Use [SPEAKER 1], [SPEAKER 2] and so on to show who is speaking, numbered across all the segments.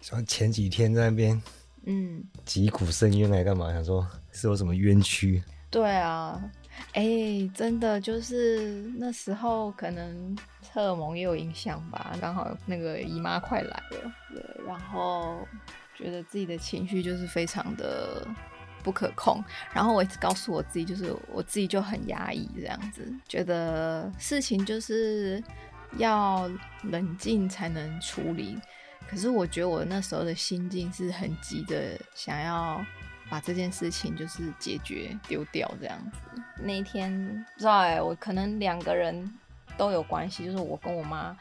[SPEAKER 1] 像前几天在那边
[SPEAKER 2] 嗯，
[SPEAKER 1] 疾苦深渊来干嘛？想说是有什么冤屈？
[SPEAKER 2] 对啊，哎、真的就是那时候可能荷尔蒙也有影响吧，刚好那个姨妈快来了，对，然后觉得自己的情绪就是非常的不可控，然后我一直告诉我自己，就是我自己就很压抑，这样子，觉得事情就是要冷静才能处理。可是我觉得我那时候的心境是很急的，想要把这件事情就是解决丢掉这样子。那一天不知道哎、我可能两个人都有关系，就是我跟我妈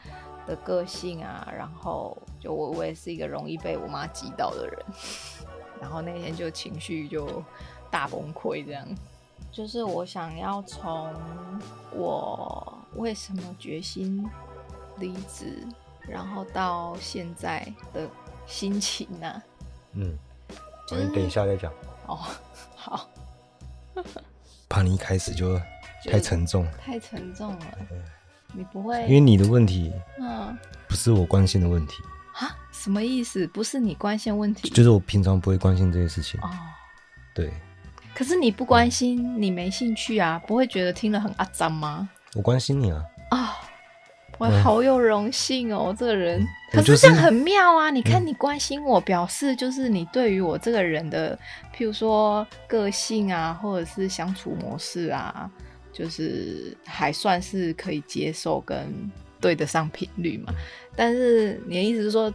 [SPEAKER 2] 的个性啊，然后就我我也是一个容易被我妈击倒的人， 然后那天就情绪就大崩溃这样。就是我想要从我为什么决心离职，然后到现在的心情啊呢、
[SPEAKER 1] 嗯，
[SPEAKER 2] 就
[SPEAKER 1] 好
[SPEAKER 2] 是
[SPEAKER 1] 你等一下再讲，
[SPEAKER 2] 哦，好，
[SPEAKER 1] 怕你一开始就太沉重，
[SPEAKER 2] 太沉重了
[SPEAKER 1] 嗯。
[SPEAKER 2] 你不会
[SPEAKER 1] 因为你的问题
[SPEAKER 2] 嗯
[SPEAKER 1] 不是我关心的问题，
[SPEAKER 2] 啊？什么意思？不是你关心问题
[SPEAKER 1] 就是我平常不会关心这些事情。
[SPEAKER 2] 哦。
[SPEAKER 1] 对
[SPEAKER 2] 可是你不关心，你没兴趣啊，不会觉得听了很阿脏吗？
[SPEAKER 1] 我关心你啊，
[SPEAKER 2] 啊、我
[SPEAKER 1] 嗯
[SPEAKER 2] 好有荣幸哦，这个人。
[SPEAKER 1] 我
[SPEAKER 2] 可
[SPEAKER 1] 嗯就是嗯是
[SPEAKER 2] 这样很妙啊！你看，你关心我，表示就是你对于我这个人的，譬如说个性啊，或者是相处模式啊，就是还算是可以接受跟对得上频率
[SPEAKER 1] 嗯
[SPEAKER 2] 嘛。但是你的意思是说，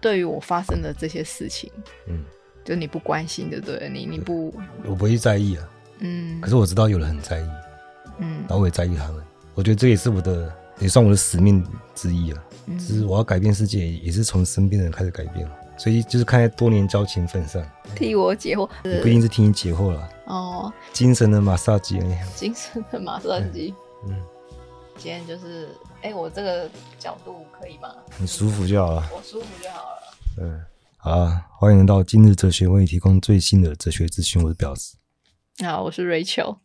[SPEAKER 2] 对于我发生的这些事情，
[SPEAKER 1] 嗯，
[SPEAKER 2] 就你不关心，对不对？你你不，
[SPEAKER 1] 我不会在意啊，
[SPEAKER 2] 嗯
[SPEAKER 1] 可是我知道有人很在意，
[SPEAKER 2] 嗯
[SPEAKER 1] 然后我也在意他们。我觉得这也是我的，也算我的使命之一啊。
[SPEAKER 2] 嗯
[SPEAKER 1] 就是我要改变世界，也是从身边的人开始改变了。所以就是看在多年交情份上，
[SPEAKER 2] 替我解惑
[SPEAKER 1] 也不一定是替你解惑了，
[SPEAKER 2] 哦。
[SPEAKER 1] 精神的马杀鸡而已。
[SPEAKER 2] 精神的马算机。
[SPEAKER 1] 嗯，
[SPEAKER 2] 今天就是，哎、我这个角度可以吗？
[SPEAKER 1] 你舒服就好了。
[SPEAKER 2] 我舒服就好了。
[SPEAKER 1] 嗯，好啊，欢迎到今日哲学为你提供最新的哲学资讯。我是表示，
[SPEAKER 2] 啊，我是 Rachel。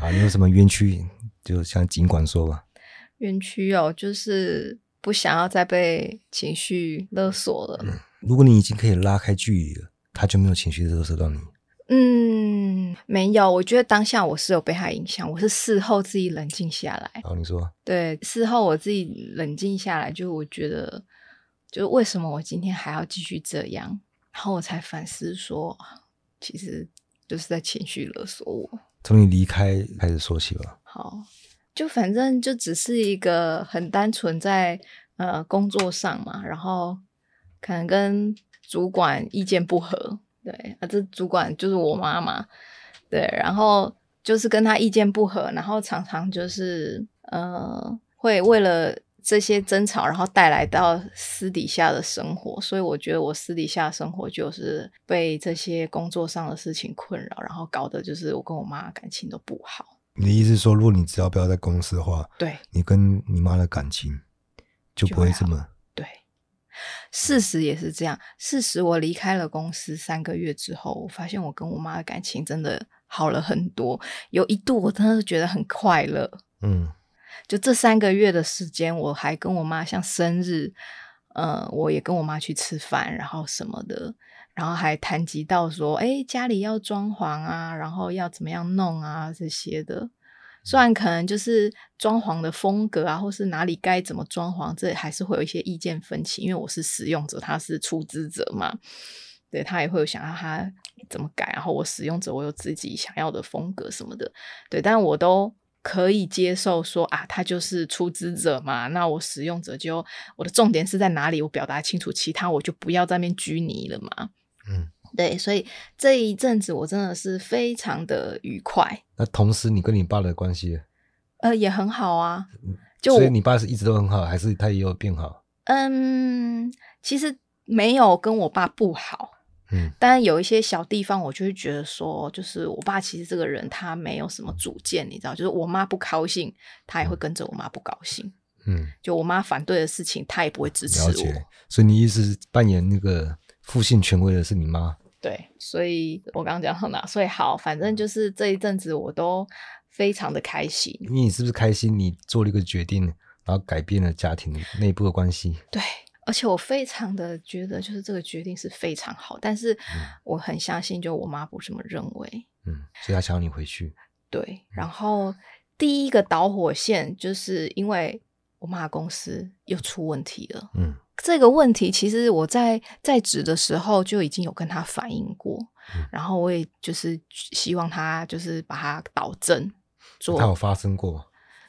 [SPEAKER 1] 啊，你有什么冤屈，就像尽管说吧。
[SPEAKER 2] 园区哦，就是不想要再被情绪勒索了。
[SPEAKER 1] 如果你已经可以拉开距离了，他就没有情绪勒索到你。
[SPEAKER 2] 嗯，没有，我觉得当下我是有被他影响，我是事后自己冷静下来。
[SPEAKER 1] 然后你说，
[SPEAKER 2] 对，事后我自己冷静下来，就我觉得，就是为什么我今天还要继续这样，然后我才反思说，其实就是在情绪勒索我。
[SPEAKER 1] 从你离开开始说起吧。
[SPEAKER 2] 好，就反正就只是一个很单纯在呃工作上嘛，然后可能跟主管意见不合，对啊，这主管就是我妈妈，对，然后就是跟她意见不合，然后常常就是呃会为了。这些争吵，然后带来到私底下的生活，所以我觉得我私底下的生活就是被这些工作上的事情困扰，然后搞得就是我跟我妈感情都不好。
[SPEAKER 1] 你的意思是说，如果你只要不要在公司的话，
[SPEAKER 2] 对
[SPEAKER 1] 你跟你妈的感情就不会这么……
[SPEAKER 2] 对，事实也是这样。事实我离开了公司三个月之后，我发现我跟我妈的感情真的好了很多。有一度我真的是觉得很快乐，
[SPEAKER 1] 嗯，
[SPEAKER 2] 就这三个月的时间，我还跟我妈像生日，呃，我也跟我妈去吃饭，然后什么的，然后还谈及到说，哎，家里要装潢啊，然后要怎么样弄啊这些的。虽然可能就是装潢的风格啊，或是哪里该怎么装潢，这还是会有一些意见分歧，因为我是使用者，他是出资者嘛，对他也会有想要他怎么改，然后我使用者我有自己想要的风格什么的，对，但我都可以接受说啊，他就是出资者嘛，那我使用者就我的重点是在哪里，我表达清楚，其他我就不要在那边拘泥了嘛。
[SPEAKER 1] 嗯，
[SPEAKER 2] 对，所以这一阵子我真的是非常的愉快，
[SPEAKER 1] 那同时你跟你爸的关系，
[SPEAKER 2] 呃，也很好啊。就
[SPEAKER 1] 所以
[SPEAKER 2] 我
[SPEAKER 1] 你爸是一直都很好，还是他也有变好？
[SPEAKER 2] 嗯，其实没有跟我爸不好，
[SPEAKER 1] 嗯
[SPEAKER 2] 当然有一些小地方，我就会觉得说，就是我爸其实这个人他没有什么主见，你知道，就是我妈不高兴，他也会跟着我妈不高兴；
[SPEAKER 1] 嗯，
[SPEAKER 2] 就我妈反对的事情，他也不会支持
[SPEAKER 1] 了
[SPEAKER 2] 我。
[SPEAKER 1] 解。所以你意思是扮演那个父性权威的是你妈？
[SPEAKER 2] 对，所以我刚刚讲到哪？所以好，反
[SPEAKER 1] 嗯
[SPEAKER 2] 正就是这一阵子我都非常的开心。
[SPEAKER 1] 因为你是不是开心？你做了一个决定，然后改变了家庭内部的关系。
[SPEAKER 2] 对，而且我非常的觉得，就是这个决定是非常好，但是我很相信，就我妈不这么认为。
[SPEAKER 1] 嗯，所以他想要你回去，嗯
[SPEAKER 2] 对，然后第一个导火线就是因为我妈公司又出问题了。
[SPEAKER 1] 嗯
[SPEAKER 2] 这个问题其实我在在职的时候就已经有跟他反映过，
[SPEAKER 1] 嗯
[SPEAKER 2] 然后我也就是希望他就是把它导正。做
[SPEAKER 1] 他有发生过吗？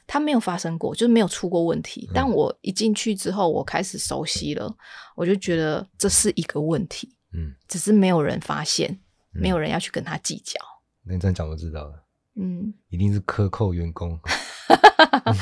[SPEAKER 2] 它没有发生过，就是没有出过问题。但
[SPEAKER 1] 嗯
[SPEAKER 2] 我一进去之后，我开始熟悉了，我就觉得这是一个问题，
[SPEAKER 1] 嗯，
[SPEAKER 2] 只是没有人发现，
[SPEAKER 1] 嗯
[SPEAKER 2] 没有人要去跟他计较。
[SPEAKER 1] 那你这样讲我就知道了，
[SPEAKER 2] 嗯，
[SPEAKER 1] 一定是克扣员工。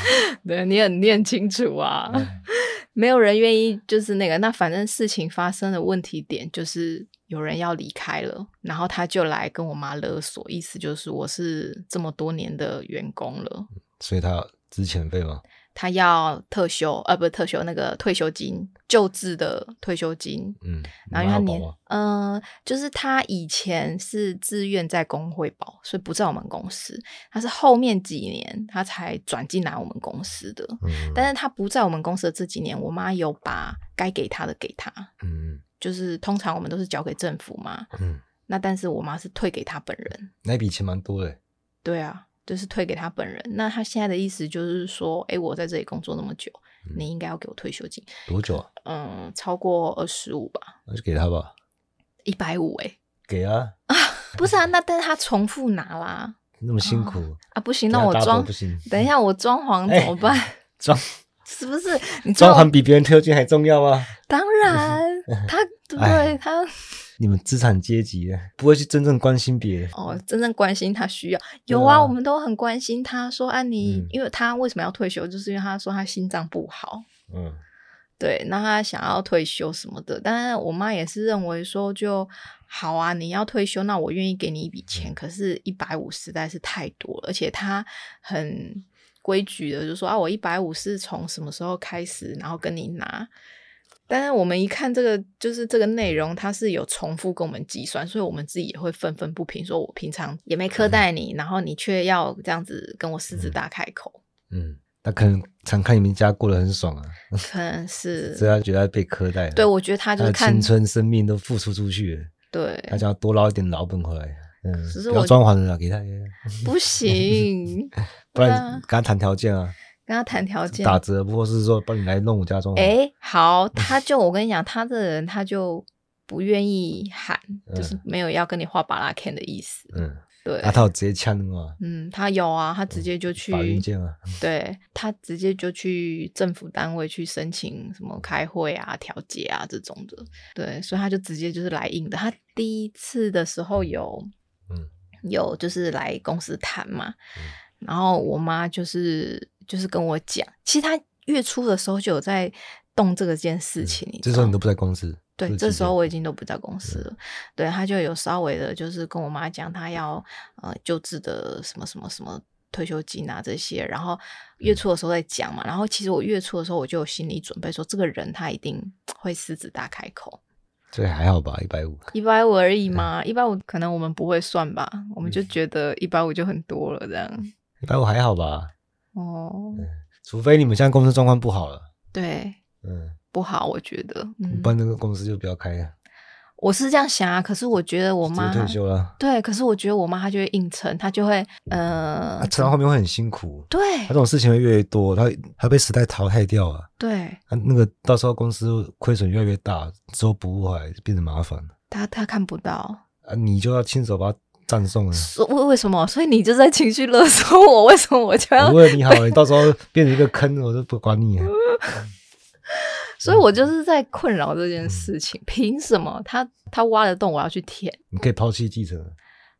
[SPEAKER 2] 对你很念清楚啊，
[SPEAKER 1] 哎
[SPEAKER 2] 没有人愿意就是那个，那反正事情发生的问题点就是有人要离开了，然后他就来跟我妈勒索，意思就是我是这么多年的员工了，
[SPEAKER 1] 所以他有之前费吗？
[SPEAKER 2] 他要特休，呃，不是特休，那个退休金，救治的退休金，
[SPEAKER 1] 嗯，
[SPEAKER 2] 然后因为他
[SPEAKER 1] 你妈有
[SPEAKER 2] 年
[SPEAKER 1] 保吗，
[SPEAKER 2] 嗯、就是他以前是自愿在工会保，所以不在我们公司。他是后面几年他才转进来我们公司的，
[SPEAKER 1] 嗯，
[SPEAKER 2] 但是他不在我们公司的这几年，我妈有把该给他的给他，
[SPEAKER 1] 嗯
[SPEAKER 2] 就是通常我们都是交给政府嘛，
[SPEAKER 1] 嗯，
[SPEAKER 2] 那但是我妈是退给他本人，
[SPEAKER 1] 那笔钱蛮多的，
[SPEAKER 2] 对啊，就是退给他本人。那他现在的意思就是说，诶，我在这里工作那么久，
[SPEAKER 1] 嗯
[SPEAKER 2] 你应该要给我退休金，
[SPEAKER 1] 多久啊？
[SPEAKER 2] 嗯，超过二十五吧，
[SPEAKER 1] 那就给他吧，
[SPEAKER 2] 一百五，诶，
[SPEAKER 1] 给啊，
[SPEAKER 2] 不是啊，那但是他重复拿啦。
[SPEAKER 1] 那么辛苦，
[SPEAKER 2] 啊，不行，
[SPEAKER 1] 给他
[SPEAKER 2] 那我
[SPEAKER 1] 大头
[SPEAKER 2] 装
[SPEAKER 1] 不行，
[SPEAKER 2] 等一下我装潢
[SPEAKER 1] 哎
[SPEAKER 2] 怎么办？
[SPEAKER 1] 装
[SPEAKER 2] 是不是？你知
[SPEAKER 1] 装
[SPEAKER 2] 道，
[SPEAKER 1] 潢比别人退休金还重要吗？
[SPEAKER 2] 当然 他对不
[SPEAKER 1] 哎
[SPEAKER 2] 对？他
[SPEAKER 1] 你们资产阶级不会去真正关心别人，
[SPEAKER 2] 哦，真正关心他需要有
[SPEAKER 1] 对
[SPEAKER 2] 啊，
[SPEAKER 1] 啊
[SPEAKER 2] 我们都很关心他。说啊你，
[SPEAKER 1] 嗯
[SPEAKER 2] 因为他为什么要退休？就是因为他说他心脏不好，
[SPEAKER 1] 嗯，
[SPEAKER 2] 对，那他想要退休什么的。但是我妈也是认为说就，好啊，你要退休，那我愿意给你一笔
[SPEAKER 1] 嗯
[SPEAKER 2] 钱，可是一百五实在是太多了，而且他很规矩的就说啊，我一百五是从什么时候开始，然后跟你拿。但是我们一看这个，就是这个内容，它是有重复跟我们计算，所以我们自己也会愤愤不平，说我平常也没苛待你，然后你却要这样子跟我狮子大开口，
[SPEAKER 1] 嗯，他可能常看你们家过得很爽啊，
[SPEAKER 2] 可能是
[SPEAKER 1] 所以他觉得他被苛待了，
[SPEAKER 2] 对，我觉得他
[SPEAKER 1] 他
[SPEAKER 2] 就
[SPEAKER 1] 的
[SPEAKER 2] 是看
[SPEAKER 1] 青春生命都付出出去了，
[SPEAKER 2] 对，
[SPEAKER 1] 他想要多捞一点老本回来。嗯
[SPEAKER 2] 只，是
[SPEAKER 1] 不要
[SPEAKER 2] 我
[SPEAKER 1] 装潢了啦，给他，给他
[SPEAKER 2] 不行，
[SPEAKER 1] 不然
[SPEAKER 2] 对啊
[SPEAKER 1] 跟他谈条件啊，
[SPEAKER 2] 跟他谈条件。
[SPEAKER 1] 打折，或是说帮你来弄我家装潢。
[SPEAKER 2] 哎，好，他就我跟你讲，他这人他就不愿意喊，就是没有要跟你画巴拉 Ken 的意思。
[SPEAKER 1] 嗯，
[SPEAKER 2] 对，
[SPEAKER 1] 啊，他嗯有直接呛的嘛，
[SPEAKER 2] 嗯，他有啊，他直接就去
[SPEAKER 1] 法院见啊，
[SPEAKER 2] 对他直接就去政府单位去申请什么开会啊、调解啊这种的，对，所以他就直接就是来硬的。他第一次的时候有，
[SPEAKER 1] 嗯，
[SPEAKER 2] 有就是来公司谈嘛，
[SPEAKER 1] 嗯
[SPEAKER 2] 然后我妈就是就是跟我讲，其实她月初的时候就有在动这个件事情，你
[SPEAKER 1] 嗯这
[SPEAKER 2] 知
[SPEAKER 1] 时候
[SPEAKER 2] 道
[SPEAKER 1] 你
[SPEAKER 2] 吗
[SPEAKER 1] 都不在公司，
[SPEAKER 2] 对，
[SPEAKER 1] 是
[SPEAKER 2] 这
[SPEAKER 1] 几
[SPEAKER 2] 时候
[SPEAKER 1] 点
[SPEAKER 2] 我已经都不在公司了。对，他就有稍微的，就是跟我妈讲，他要呃救治的什么什么什么退休金啊这些。然后
[SPEAKER 1] 嗯
[SPEAKER 2] 月初的时候在讲嘛，然后其实我月初的时候我就有心理准备说，这个人他一定会狮子大开口，
[SPEAKER 1] 这还好吧，一百五，
[SPEAKER 2] 一百五而已嘛，一百五可能我们不会算吧，我们就
[SPEAKER 1] 嗯
[SPEAKER 2] 觉得一百五就很多了这样。
[SPEAKER 1] 一百五还好吧，
[SPEAKER 2] 哦，
[SPEAKER 1] 除非你们现在公司状况不好了，
[SPEAKER 2] 对，
[SPEAKER 1] 嗯，
[SPEAKER 2] 不好，我觉得，嗯
[SPEAKER 1] 不，然这个公司就不要开了，
[SPEAKER 2] 我是这样想啊，可是我觉得我
[SPEAKER 1] 直
[SPEAKER 2] 妈呃
[SPEAKER 1] 接。退休了，
[SPEAKER 2] 对，可是我觉得我妈她就会硬撑，她就会呃
[SPEAKER 1] 啊，，撑到后面会很辛苦，
[SPEAKER 2] 对
[SPEAKER 1] 他这种事情会越来越多，他他被时代淘汰掉啊，
[SPEAKER 2] 对，
[SPEAKER 1] 啊，那个到时候公司亏损越来越大，之后补不回来变成麻烦了
[SPEAKER 2] 她她看不到，
[SPEAKER 1] 啊，你就要亲手把它葬 送了。
[SPEAKER 2] 所为为什么？所以你就在情绪勒索我，为什么我就要
[SPEAKER 1] 我？为了你好，你到时候变成一个坑，我就不管你。啊
[SPEAKER 2] 所以我就是在困扰这
[SPEAKER 1] 嗯
[SPEAKER 2] 件事情，凭什么他他挖的洞我要去填？
[SPEAKER 1] 你可以抛弃继承，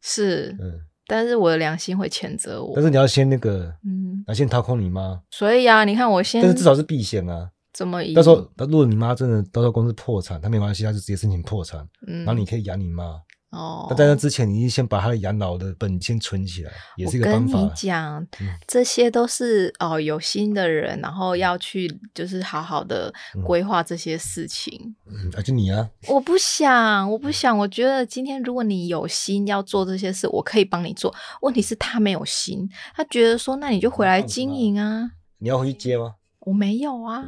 [SPEAKER 2] 是，
[SPEAKER 1] 嗯，
[SPEAKER 2] 但是我的良心会谴责我
[SPEAKER 1] 但。是你要先那个，
[SPEAKER 2] 嗯，
[SPEAKER 1] 要先掏空你妈，
[SPEAKER 2] 所以啊，你看我先
[SPEAKER 1] 但是至少是避险啊。
[SPEAKER 2] 怎么赢？
[SPEAKER 1] 到时候，如果你妈真的到时候公司破产，她没关系，她就直接申请破产，
[SPEAKER 2] 嗯，
[SPEAKER 1] 然后你可以养你妈。
[SPEAKER 2] 哦
[SPEAKER 1] 那，在那之前，你先把她的养老的本先存起来，也是一个
[SPEAKER 2] 我
[SPEAKER 1] 方
[SPEAKER 2] 跟你
[SPEAKER 1] 法。
[SPEAKER 2] 讲
[SPEAKER 1] 嗯，
[SPEAKER 2] 这些都是哦有心的人，然后要去就是好好的
[SPEAKER 1] 嗯
[SPEAKER 2] 规划这些事情。
[SPEAKER 1] 嗯啊，就你啊，
[SPEAKER 2] 我不想，我
[SPEAKER 1] 嗯
[SPEAKER 2] 不想。我觉得今天如果你有心要做这些事，我可以帮你做。
[SPEAKER 1] 哦
[SPEAKER 2] 问题是他没有心，他觉得说，那你就回来经营啊。
[SPEAKER 1] 你要回去接吗？
[SPEAKER 2] 我没有啊，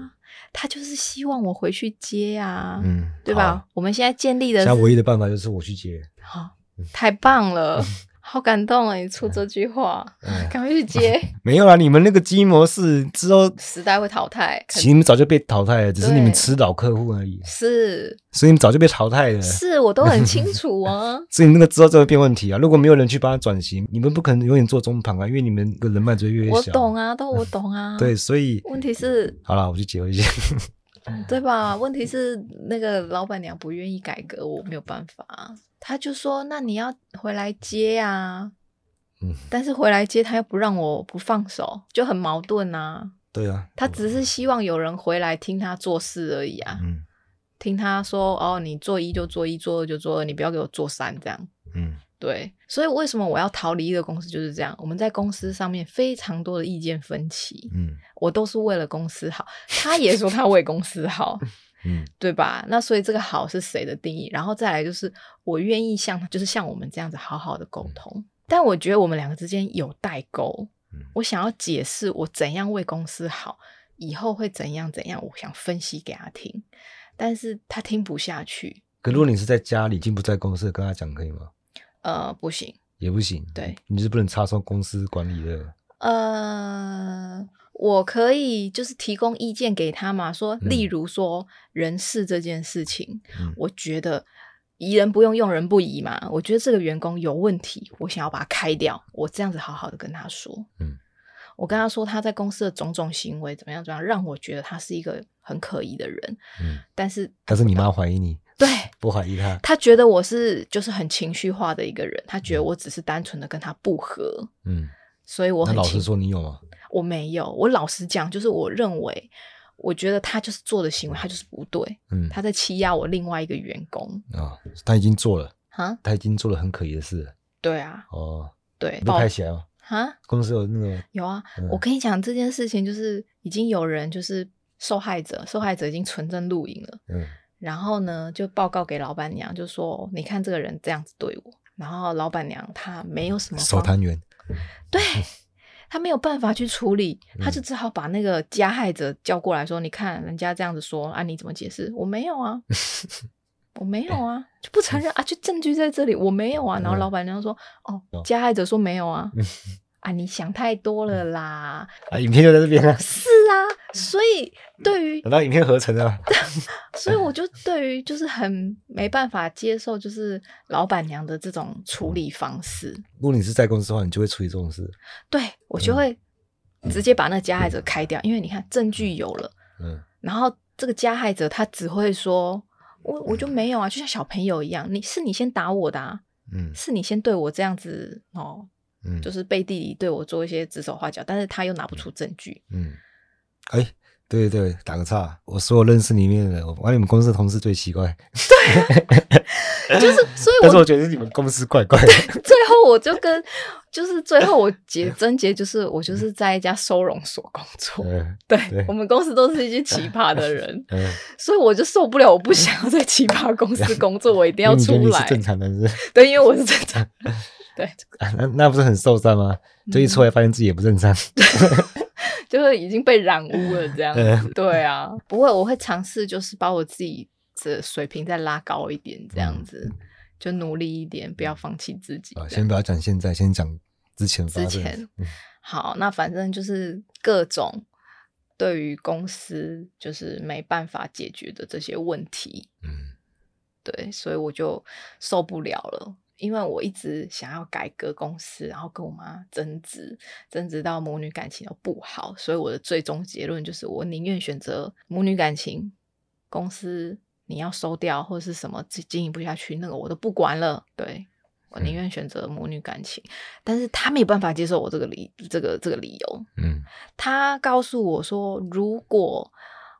[SPEAKER 2] 他就是希望我回去接啊，
[SPEAKER 1] 嗯，
[SPEAKER 2] 对吧？我们现在建立
[SPEAKER 1] 好？
[SPEAKER 2] 的
[SPEAKER 1] 现
[SPEAKER 2] 是
[SPEAKER 1] 在唯一的办法就是我嗯去接，
[SPEAKER 2] 好、太 棒了，好感动哦了！你出这句话，
[SPEAKER 1] 嗯，
[SPEAKER 2] 赶快去 接，
[SPEAKER 1] 没有啦，你们那个鸡模式之后，
[SPEAKER 2] 时代会淘汰，
[SPEAKER 1] 其实你们早就被淘汰了，只是你们
[SPEAKER 2] 对
[SPEAKER 1] 吃老客户而已，
[SPEAKER 2] 是
[SPEAKER 1] 所以你们早就被淘汰了。
[SPEAKER 2] 是，我都 很清楚啊。
[SPEAKER 1] 所以你那个之后就会变问题啊！如果没有人去帮他转型，你们不可能永远做中盘啊，因为你们的人脉只会越来越
[SPEAKER 2] 我
[SPEAKER 1] 小。嗯
[SPEAKER 2] 懂啊，都我懂啊。
[SPEAKER 1] 对，，所以
[SPEAKER 2] 问题是，
[SPEAKER 1] 好啦，我去 结婚一下。
[SPEAKER 2] 嗯对吧？问题是那个老板娘不愿意改革，我没有办法啊。她就说：“那你要回来接啊。”
[SPEAKER 1] 嗯
[SPEAKER 2] 但是回来接她又不让我不放手，就很矛盾啊。
[SPEAKER 1] 对啊，
[SPEAKER 2] 她只是希望有人回来听她做事而已啊，
[SPEAKER 1] 嗯
[SPEAKER 2] 听她说：“哦，你做一就做一，做二就做二，你不要给我做三这样。”
[SPEAKER 1] 嗯
[SPEAKER 2] 对，所以为什么我要逃离一个公司就是这样？我们在公司上面非常多的意见分歧，
[SPEAKER 1] 嗯
[SPEAKER 2] 我都是为了公司好，他也说他为公司好，
[SPEAKER 1] 嗯
[SPEAKER 2] 对吧？那所以这个好是谁的定义？然后再来就是我愿意像就是像我们这样子好好的沟通，但我觉得我们两个之间有代沟
[SPEAKER 1] 嗯。
[SPEAKER 2] 我想要解释我怎样为公司好，以后会怎样怎样，我想分析给他听，但是他听不下去，
[SPEAKER 1] 可如果你是在家里，进不在公司，跟他讲可以吗？
[SPEAKER 2] 呃，不行，
[SPEAKER 1] 也不行。
[SPEAKER 2] 对，
[SPEAKER 1] 你就是不能插手公司管理的。
[SPEAKER 2] 呃，我可以就是提供意见给他嘛，说，例
[SPEAKER 1] 嗯
[SPEAKER 2] 如说人事这件事情，
[SPEAKER 1] 嗯
[SPEAKER 2] 我觉得疑人不用，用人不疑嘛。我觉得这个员工有问题，我想要把他开掉，我这样子好好的跟他说，
[SPEAKER 1] 嗯，
[SPEAKER 2] 我跟他说他在公司的种种行为怎么样怎么样，让我觉得他是一个很可疑的人，
[SPEAKER 1] 嗯，
[SPEAKER 2] 但是
[SPEAKER 1] 但是你妈怀疑你，
[SPEAKER 2] 对。
[SPEAKER 1] 不怀疑他。
[SPEAKER 2] 他觉得我是就是很情绪化的一个人，他觉得我只是单纯的跟他不合，
[SPEAKER 1] 嗯，
[SPEAKER 2] 所以我
[SPEAKER 1] 那
[SPEAKER 2] 很
[SPEAKER 1] 老
[SPEAKER 2] 情
[SPEAKER 1] 实说，你有吗？
[SPEAKER 2] 我没有，我老实讲，就是我认为，我觉得他就是做的行为，他就是不对，
[SPEAKER 1] 嗯
[SPEAKER 2] 他在欺压我另外一个员工
[SPEAKER 1] 啊，他已经做了，
[SPEAKER 2] 啊，
[SPEAKER 1] 他已经做了很可疑的事了
[SPEAKER 2] 对啊，
[SPEAKER 1] 哦，
[SPEAKER 2] 对
[SPEAKER 1] 你，不
[SPEAKER 2] 报
[SPEAKER 1] 开起来哦。
[SPEAKER 2] 啊，
[SPEAKER 1] 公司有那个
[SPEAKER 2] 有啊，
[SPEAKER 1] 嗯
[SPEAKER 2] 我跟你讲这件事情，就是已经有人就是受害者，受害者已经存证录影了，
[SPEAKER 1] 嗯
[SPEAKER 2] 然后呢就报告给老板娘，就说你看这个人这样子对我，然后老板娘她没有什么
[SPEAKER 1] 守
[SPEAKER 2] 方
[SPEAKER 1] 坛员，
[SPEAKER 2] 对他没有办法去处理，他
[SPEAKER 1] 嗯
[SPEAKER 2] 就只好把那个加害者叫过来说：“你看人家这样子说啊，你怎么解释？我没 有啊，我没有啊，就不承认啊，就证据在这里，我没有啊。”然后
[SPEAKER 1] 嗯
[SPEAKER 2] 老板娘说：“哦
[SPEAKER 1] 哦，嗯
[SPEAKER 2] 加害者说没有啊，啊，你想太多了啦，
[SPEAKER 1] 啊，影片就在这边啊，
[SPEAKER 2] 是啊。”所以对于
[SPEAKER 1] 等到影片合成啊了。
[SPEAKER 2] 所以我就对于就是很没办法接受，就是老板娘的这种处理方式。
[SPEAKER 1] 如果你是在公司的话，你就会处理这种事。
[SPEAKER 2] 对我就会直接把那个加害者开掉，因为你看证据有了，
[SPEAKER 1] 嗯
[SPEAKER 2] 然后这个加害者他只会说。我我就没有啊，就像小朋友一样，你是你先打我的、啊，
[SPEAKER 1] 嗯
[SPEAKER 2] 是你先对我这样子哦，
[SPEAKER 1] 嗯，
[SPEAKER 2] 就是背地里对我做一些指手画脚，但是他又拿不出证据。
[SPEAKER 1] 嗯，哎、对对，打个岔，我所有认识里面的人，我发现你们公司的同事最奇怪，
[SPEAKER 2] 就是，所以
[SPEAKER 1] 但是
[SPEAKER 2] 我
[SPEAKER 1] 我觉得是你们公司怪怪 的。
[SPEAKER 2] 最后我就跟，就是最后我结症结就是我就是在一家收容所工作，
[SPEAKER 1] 嗯
[SPEAKER 2] 对
[SPEAKER 1] 对
[SPEAKER 2] 我们公司都是一些奇葩的 人，
[SPEAKER 1] 嗯，
[SPEAKER 2] 所以我就受不了，我不想要在 奇葩公司工作，我一定要
[SPEAKER 1] 因为你觉得
[SPEAKER 2] 出
[SPEAKER 1] 你是
[SPEAKER 2] 来。
[SPEAKER 1] 正常的人，是
[SPEAKER 2] 对，因为我是正常，
[SPEAKER 1] 啊那那不是很受伤吗？
[SPEAKER 2] 嗯
[SPEAKER 1] 就一出来发现自己也不正常。
[SPEAKER 2] 就是已经被染污了这样
[SPEAKER 1] 嗯
[SPEAKER 2] 子。对啊，不会，我会尝试就是把我自己的水平再拉高一点，这样子就努力一点，不要放弃自己。
[SPEAKER 1] 嗯啊，
[SPEAKER 2] 这样
[SPEAKER 1] 先不要讲现在，先讲之前发
[SPEAKER 2] 之
[SPEAKER 1] 生的
[SPEAKER 2] 前
[SPEAKER 1] 事。
[SPEAKER 2] 好，那反正就是各种对于公司就是没办法解决的这些问题，
[SPEAKER 1] 嗯
[SPEAKER 2] 对，所以我就受不了了，因为我一直想要改革公司，然后跟我妈争执，争执到母女感情都不好，所以我的最终结论就是，我宁愿选择母女感情，公司你要收掉或者是什么经经营不下去，那个我都不管了，对。我
[SPEAKER 1] 嗯
[SPEAKER 2] 宁愿选择母女感情，但是他没有办法接受我这个理这个这个理由，
[SPEAKER 1] 嗯
[SPEAKER 2] 他告诉我说，如果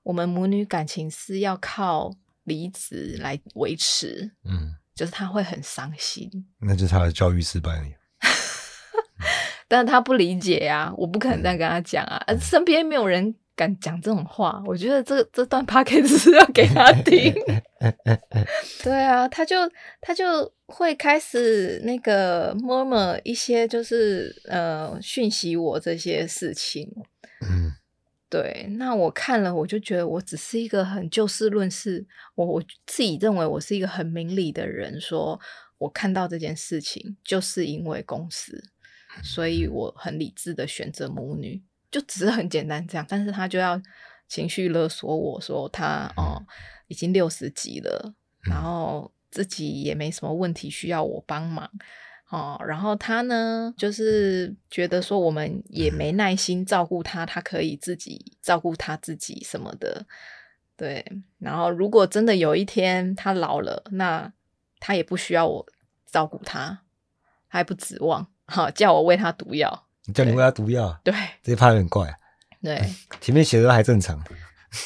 [SPEAKER 2] 我们母女感情是要靠离职来维持，
[SPEAKER 1] 嗯，
[SPEAKER 2] 就是他会很伤心。
[SPEAKER 1] 那就是他的教育失败了。
[SPEAKER 2] 但是他不理解啊，我不可能这样跟他讲啊，呃身边没有人敢讲这种话。我觉得这这段 p a c k a g e 是要给他听。 对啊，他就他就会开始那个 murmur 一些就是呃讯息我这些事情，
[SPEAKER 1] 嗯
[SPEAKER 2] 对，那我看了，我就觉得我只是一个很就事论事，我我自己认为我是一个很明理的人，说我看到这件事情就是因为公司，所以我很理智的选择母女，就只是很简单这样，但是他就要情绪勒索我说他哦已经六十级了，然后自己也没什么问题需要我帮忙。哦，然后他呢，就是觉得说我们也没耐心照顾他，他可以自己照顾他自己什么的，对。然后如果真的有一天他老了，那他也不需要我照顾他，他还不指望哈、叫我喂他毒药，
[SPEAKER 1] 你叫你喂他毒药，啊
[SPEAKER 2] 对
[SPEAKER 1] 这一趴有点怪。啊
[SPEAKER 2] 对
[SPEAKER 1] 前面写的都还正常，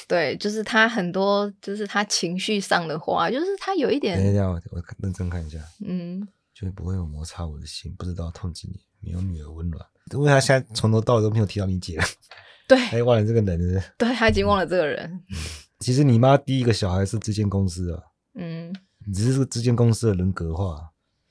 [SPEAKER 2] 对，就是他很多就是他情绪上的话，就是他有一
[SPEAKER 1] 等一
[SPEAKER 2] 点
[SPEAKER 1] 下我我看认真看一下，
[SPEAKER 2] 嗯，
[SPEAKER 1] 就不会有摩擦我的心，不知道痛击你，没有女儿温暖。因为他现在从头到尾都没有提到你姐，
[SPEAKER 2] 对
[SPEAKER 1] 哎，忘了这个人了。
[SPEAKER 2] 对，他已经忘了这个人，
[SPEAKER 1] 其实你妈第一个小孩是这间公司啊，
[SPEAKER 2] 嗯。
[SPEAKER 1] 你只是这间公司的人格化，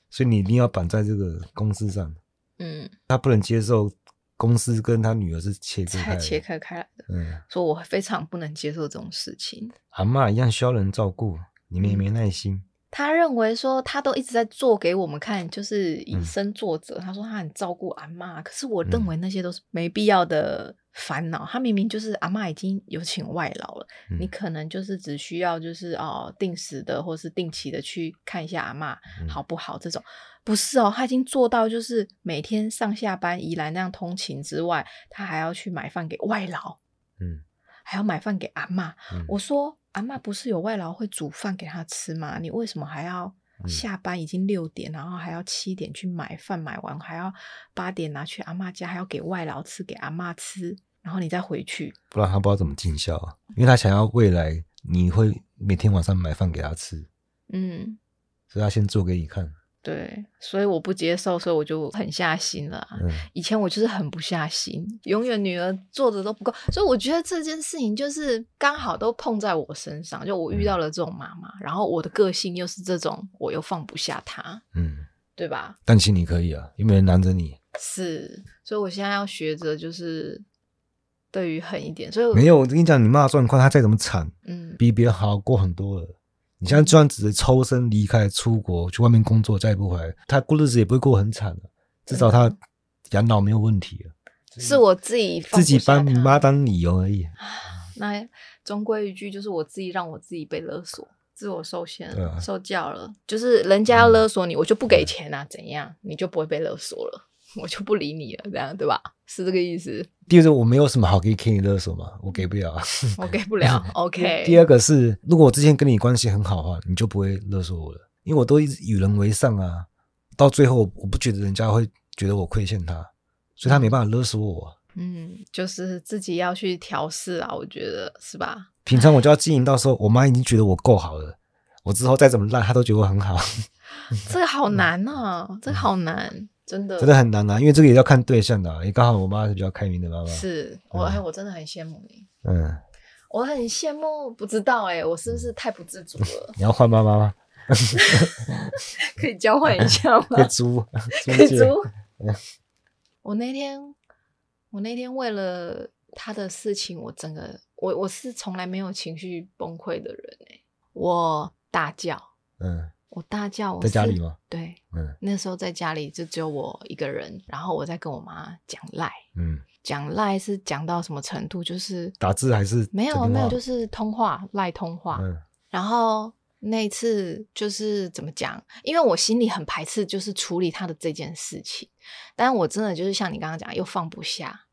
[SPEAKER 1] 所以你一定要绑在这个公司上，
[SPEAKER 2] 嗯，
[SPEAKER 1] 他不能接受公司跟他女儿是切割开
[SPEAKER 2] 才
[SPEAKER 1] 的。
[SPEAKER 2] 切开开来的，
[SPEAKER 1] 嗯，
[SPEAKER 2] 说我非常不能接受这种事情。
[SPEAKER 1] 阿嬷一样需要人照顾，你们也
[SPEAKER 2] 嗯
[SPEAKER 1] 没耐心。
[SPEAKER 2] 他认为说他都一直在做给我们看，就是以
[SPEAKER 1] 嗯
[SPEAKER 2] 身作则。他说他很照顾阿嬷，可是我认为那些都是没必要的烦恼。他明明就是阿嬷已经有请外劳了，
[SPEAKER 1] 嗯
[SPEAKER 2] 你可能就是只需要就是哦定时的或是定期的去看一下阿嬷
[SPEAKER 1] 嗯
[SPEAKER 2] 好不好这种。不是哦，他已经做到就是每天上下班宜兰那样通勤之外，他还要去买饭给外劳，
[SPEAKER 1] 嗯
[SPEAKER 2] 还要买饭给阿嬷。
[SPEAKER 1] 嗯，
[SPEAKER 2] 我说：“阿妈不是有外劳会煮饭给她吃吗？你为什么还要
[SPEAKER 1] 嗯
[SPEAKER 2] 下班已经六点，然后还要七点去买饭，买完还要八点拿去阿妈家，还要给外劳吃，给阿妈吃，然后你再回去？
[SPEAKER 1] 不然他不知道怎么尽孝啊，因为他想要未来你会每天晚上买饭给他吃，
[SPEAKER 2] 嗯，
[SPEAKER 1] 所以他先做给你看。
[SPEAKER 2] 啊对，所以我不接受，所以我就狠下心了啊、
[SPEAKER 1] 嗯，
[SPEAKER 2] 以前我就是狠不下心，永远女儿做的都不够，所以我觉得这件事情就是刚好都碰在我身上，就我
[SPEAKER 1] 嗯
[SPEAKER 2] 遇到了这种妈妈，然后我的个性又是这种，我又放不下她，
[SPEAKER 1] 嗯，
[SPEAKER 2] 对吧？
[SPEAKER 1] 但其实你可以啊，又没人拦着你。
[SPEAKER 2] 是，所以我现在要学着就是对于狠一点，所以我
[SPEAKER 1] 没有，我跟你讲，你妈的状况，她再怎么惨，
[SPEAKER 2] 嗯
[SPEAKER 1] 比别人好过很多了。你像这样子抽身离开，出国去外面工作，再也不回来，她过日子也不会过很惨的、至少她养老没有问题了。
[SPEAKER 2] 是我自己放
[SPEAKER 1] 自己
[SPEAKER 2] 不下
[SPEAKER 1] 把你
[SPEAKER 2] 他
[SPEAKER 1] 妈当理由而已，
[SPEAKER 2] 那终归一句就是我自己让我自己被勒索，自我受限
[SPEAKER 1] 对
[SPEAKER 2] 了、
[SPEAKER 1] 啊嗯
[SPEAKER 2] 受教了，就是人家要勒索你，我就不给钱啊，怎样你就不会被勒索了， 我就不理你了，这样对吧？是这个意思，
[SPEAKER 1] 第二个，我没有什么好可以给你勒索嘛，我给不了啊。
[SPEAKER 2] 我给不 了，OK，
[SPEAKER 1] 第二个是，如果我之前跟你关系很好的话，你就不会勒索我了，因为我都一直与人为善啊。到最后，我不觉得人家会觉得我亏欠他，所以他没办法勒索我啊。
[SPEAKER 2] 嗯，就是自己要去调试啊，我觉得是吧？
[SPEAKER 1] 平常我就要经营到说，我妈已经觉得我够好了，我之后再怎么烂，她都觉得我很 好，
[SPEAKER 2] 这个好难啊，这个好难，真的，
[SPEAKER 1] 真的很难啊。因为嗯这个也要看对象的、啊，也刚好我妈是比较开明的妈妈，
[SPEAKER 2] 是我，哎，我真的很羡慕你，
[SPEAKER 1] 嗯，
[SPEAKER 2] 我很羡慕，不知道哎、我是不是太不自主了？
[SPEAKER 1] 你要换妈妈吗？
[SPEAKER 2] 可以交换一下吗
[SPEAKER 1] 可以？租，
[SPEAKER 2] 可以
[SPEAKER 1] 借
[SPEAKER 2] 租。我那天，我那天为了他的事情，我整个我我是从来没有情绪崩溃的人哎、我大叫，
[SPEAKER 1] 嗯，
[SPEAKER 2] 我大叫，我
[SPEAKER 1] 在家
[SPEAKER 2] 是
[SPEAKER 1] 里？吗？
[SPEAKER 2] 对，
[SPEAKER 1] 嗯
[SPEAKER 2] 那时候在家里就只有我一个人，然后我在跟我妈讲赖，
[SPEAKER 1] 嗯，
[SPEAKER 2] 讲赖是讲到什么程度？就是
[SPEAKER 1] 打字还是
[SPEAKER 2] 没有
[SPEAKER 1] 讲电
[SPEAKER 2] 没有，
[SPEAKER 1] 话
[SPEAKER 2] 就是通话赖通话，
[SPEAKER 1] 嗯
[SPEAKER 2] 然后那一次就是怎么讲？因为我心里很排斥，就是处理他的这件事情，但我真的就是像你刚刚讲，又放不下，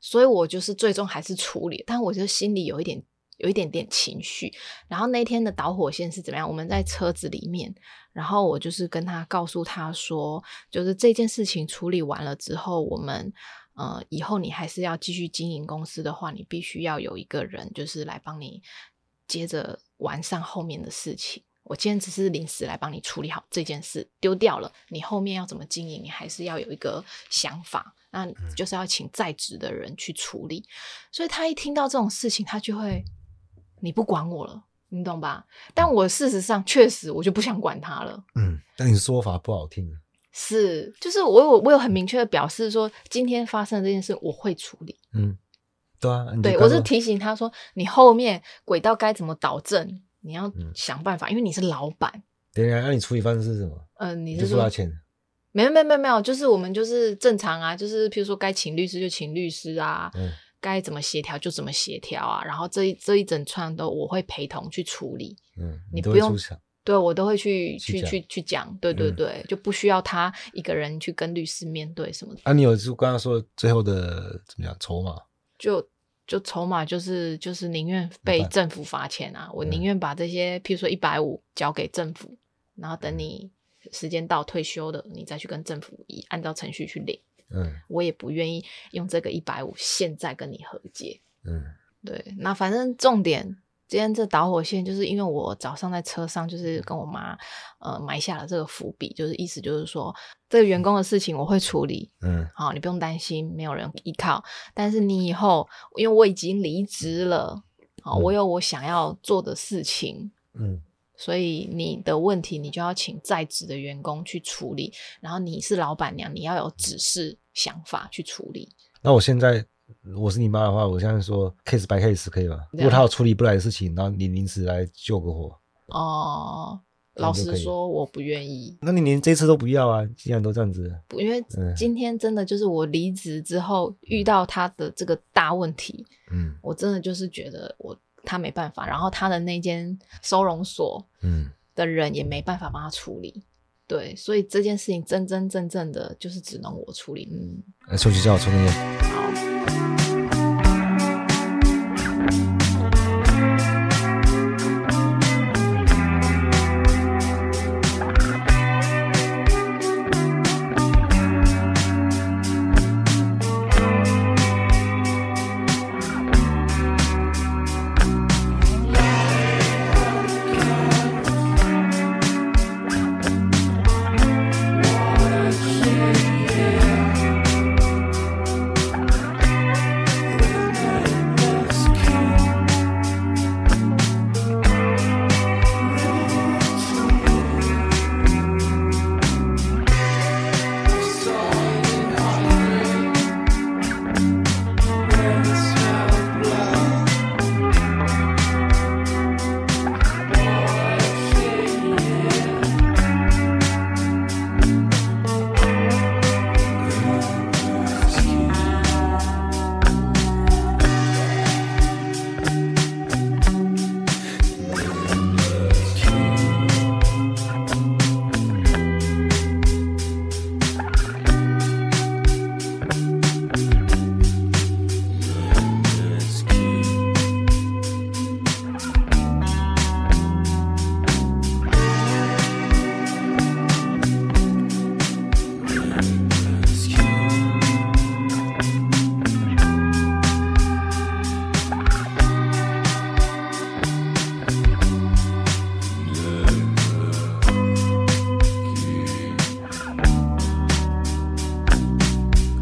[SPEAKER 2] 所以我就是最终还是处理，但我就心里有一点。有一点点情绪，然后那天的导火线是怎么样？我们在车子里面，然后我就是跟他告诉他说，就是这件事情处理完了之后，我们呃以后你还是要继续经营公司的话，你必须要有一个人就是来帮你接着完善后面的事情。我今天只是临时来帮你处理好这件事，丢掉了，你后面要怎么经营，你还是要有一个想法。那就是要请在职的人去处理。所以他一听到这种事情，他就会你不管我了，你懂吧？但我事实上确实我就不想管他了。
[SPEAKER 1] 嗯，但你说法不好听，啊
[SPEAKER 2] 是，就是我有我有很明确的表示说，今天发生的这件事我会处理，
[SPEAKER 1] 嗯，对啊，你就
[SPEAKER 2] 对
[SPEAKER 1] 告
[SPEAKER 2] 我
[SPEAKER 1] 诉
[SPEAKER 2] 是提醒他说，你后面轨道该怎么导正，你要
[SPEAKER 1] 嗯
[SPEAKER 2] 想办法，因为你是老板。
[SPEAKER 1] 等一下，那你处理方式是什么？
[SPEAKER 2] 嗯、你
[SPEAKER 1] 你
[SPEAKER 2] 是
[SPEAKER 1] 就付
[SPEAKER 2] 说
[SPEAKER 1] 他钱，
[SPEAKER 2] 没有没有没有没有，就是我们就是正常啊，就是譬如说该请律师就请律师啊，
[SPEAKER 1] 嗯
[SPEAKER 2] 该怎么协调就怎么协调啊，然后这一这一整串都我会陪同去处理，
[SPEAKER 1] 嗯，
[SPEAKER 2] 你
[SPEAKER 1] 都
[SPEAKER 2] 不
[SPEAKER 1] 会
[SPEAKER 2] 用
[SPEAKER 1] 出场，
[SPEAKER 2] 对我都会去
[SPEAKER 1] 去
[SPEAKER 2] 去
[SPEAKER 1] 讲
[SPEAKER 2] 去去讲，对对
[SPEAKER 1] 嗯
[SPEAKER 2] 对，就不需要他一个人去跟律师面对什么的，
[SPEAKER 1] 啊，你有就刚刚说最后的怎么讲筹码？
[SPEAKER 2] 就就筹码就是就是宁愿被
[SPEAKER 1] 明白
[SPEAKER 2] 政府罚钱啊，我
[SPEAKER 1] 嗯
[SPEAKER 2] 宁愿把这些譬如说一百五交给政府，然后
[SPEAKER 1] 嗯
[SPEAKER 2] 等你时间到退休了，你再去跟政府一按照程序去领。
[SPEAKER 1] 嗯
[SPEAKER 2] 我也不愿意用这个一百五现在跟你和解。
[SPEAKER 1] 嗯
[SPEAKER 2] 对，那反正重点，今天这导火线就是因为我早上在车上就是跟我妈，呃，埋下了这个伏笔，就是意思就是说这个员工的事情我会处理，
[SPEAKER 1] 嗯
[SPEAKER 2] 好、你不用担心，没有人依靠。但是你以后，因为我已经离职了，好、
[SPEAKER 1] 嗯
[SPEAKER 2] 我有我想要做的事情，
[SPEAKER 1] 嗯
[SPEAKER 2] 所以你的问题，你就要请在职的员工去处理。然后你是老板娘，你要有指示、想法去处理。
[SPEAKER 1] 那我现在我是你妈的话，我现在说 case by case 可以吧？如果他有处理不来的事情，然后你临时来救个火，
[SPEAKER 2] 哦、
[SPEAKER 1] 这
[SPEAKER 2] 老
[SPEAKER 1] 样就
[SPEAKER 2] 实
[SPEAKER 1] 可以了
[SPEAKER 2] 说，我不愿意，
[SPEAKER 1] 那你连这次都不要啊？既然都这样子，
[SPEAKER 2] 不因为
[SPEAKER 1] 嗯
[SPEAKER 2] 今天真的就是我离职之后遇到他的这个大问题，
[SPEAKER 1] 嗯
[SPEAKER 2] 我真的就是觉得我他没办法，然后他的那间收容所
[SPEAKER 1] 嗯
[SPEAKER 2] 的人也没办法帮他处理。对，所以这件事情真真正正的就是只能我处理。嗯，
[SPEAKER 1] 呃，休息叫我充个烟。
[SPEAKER 2] 好。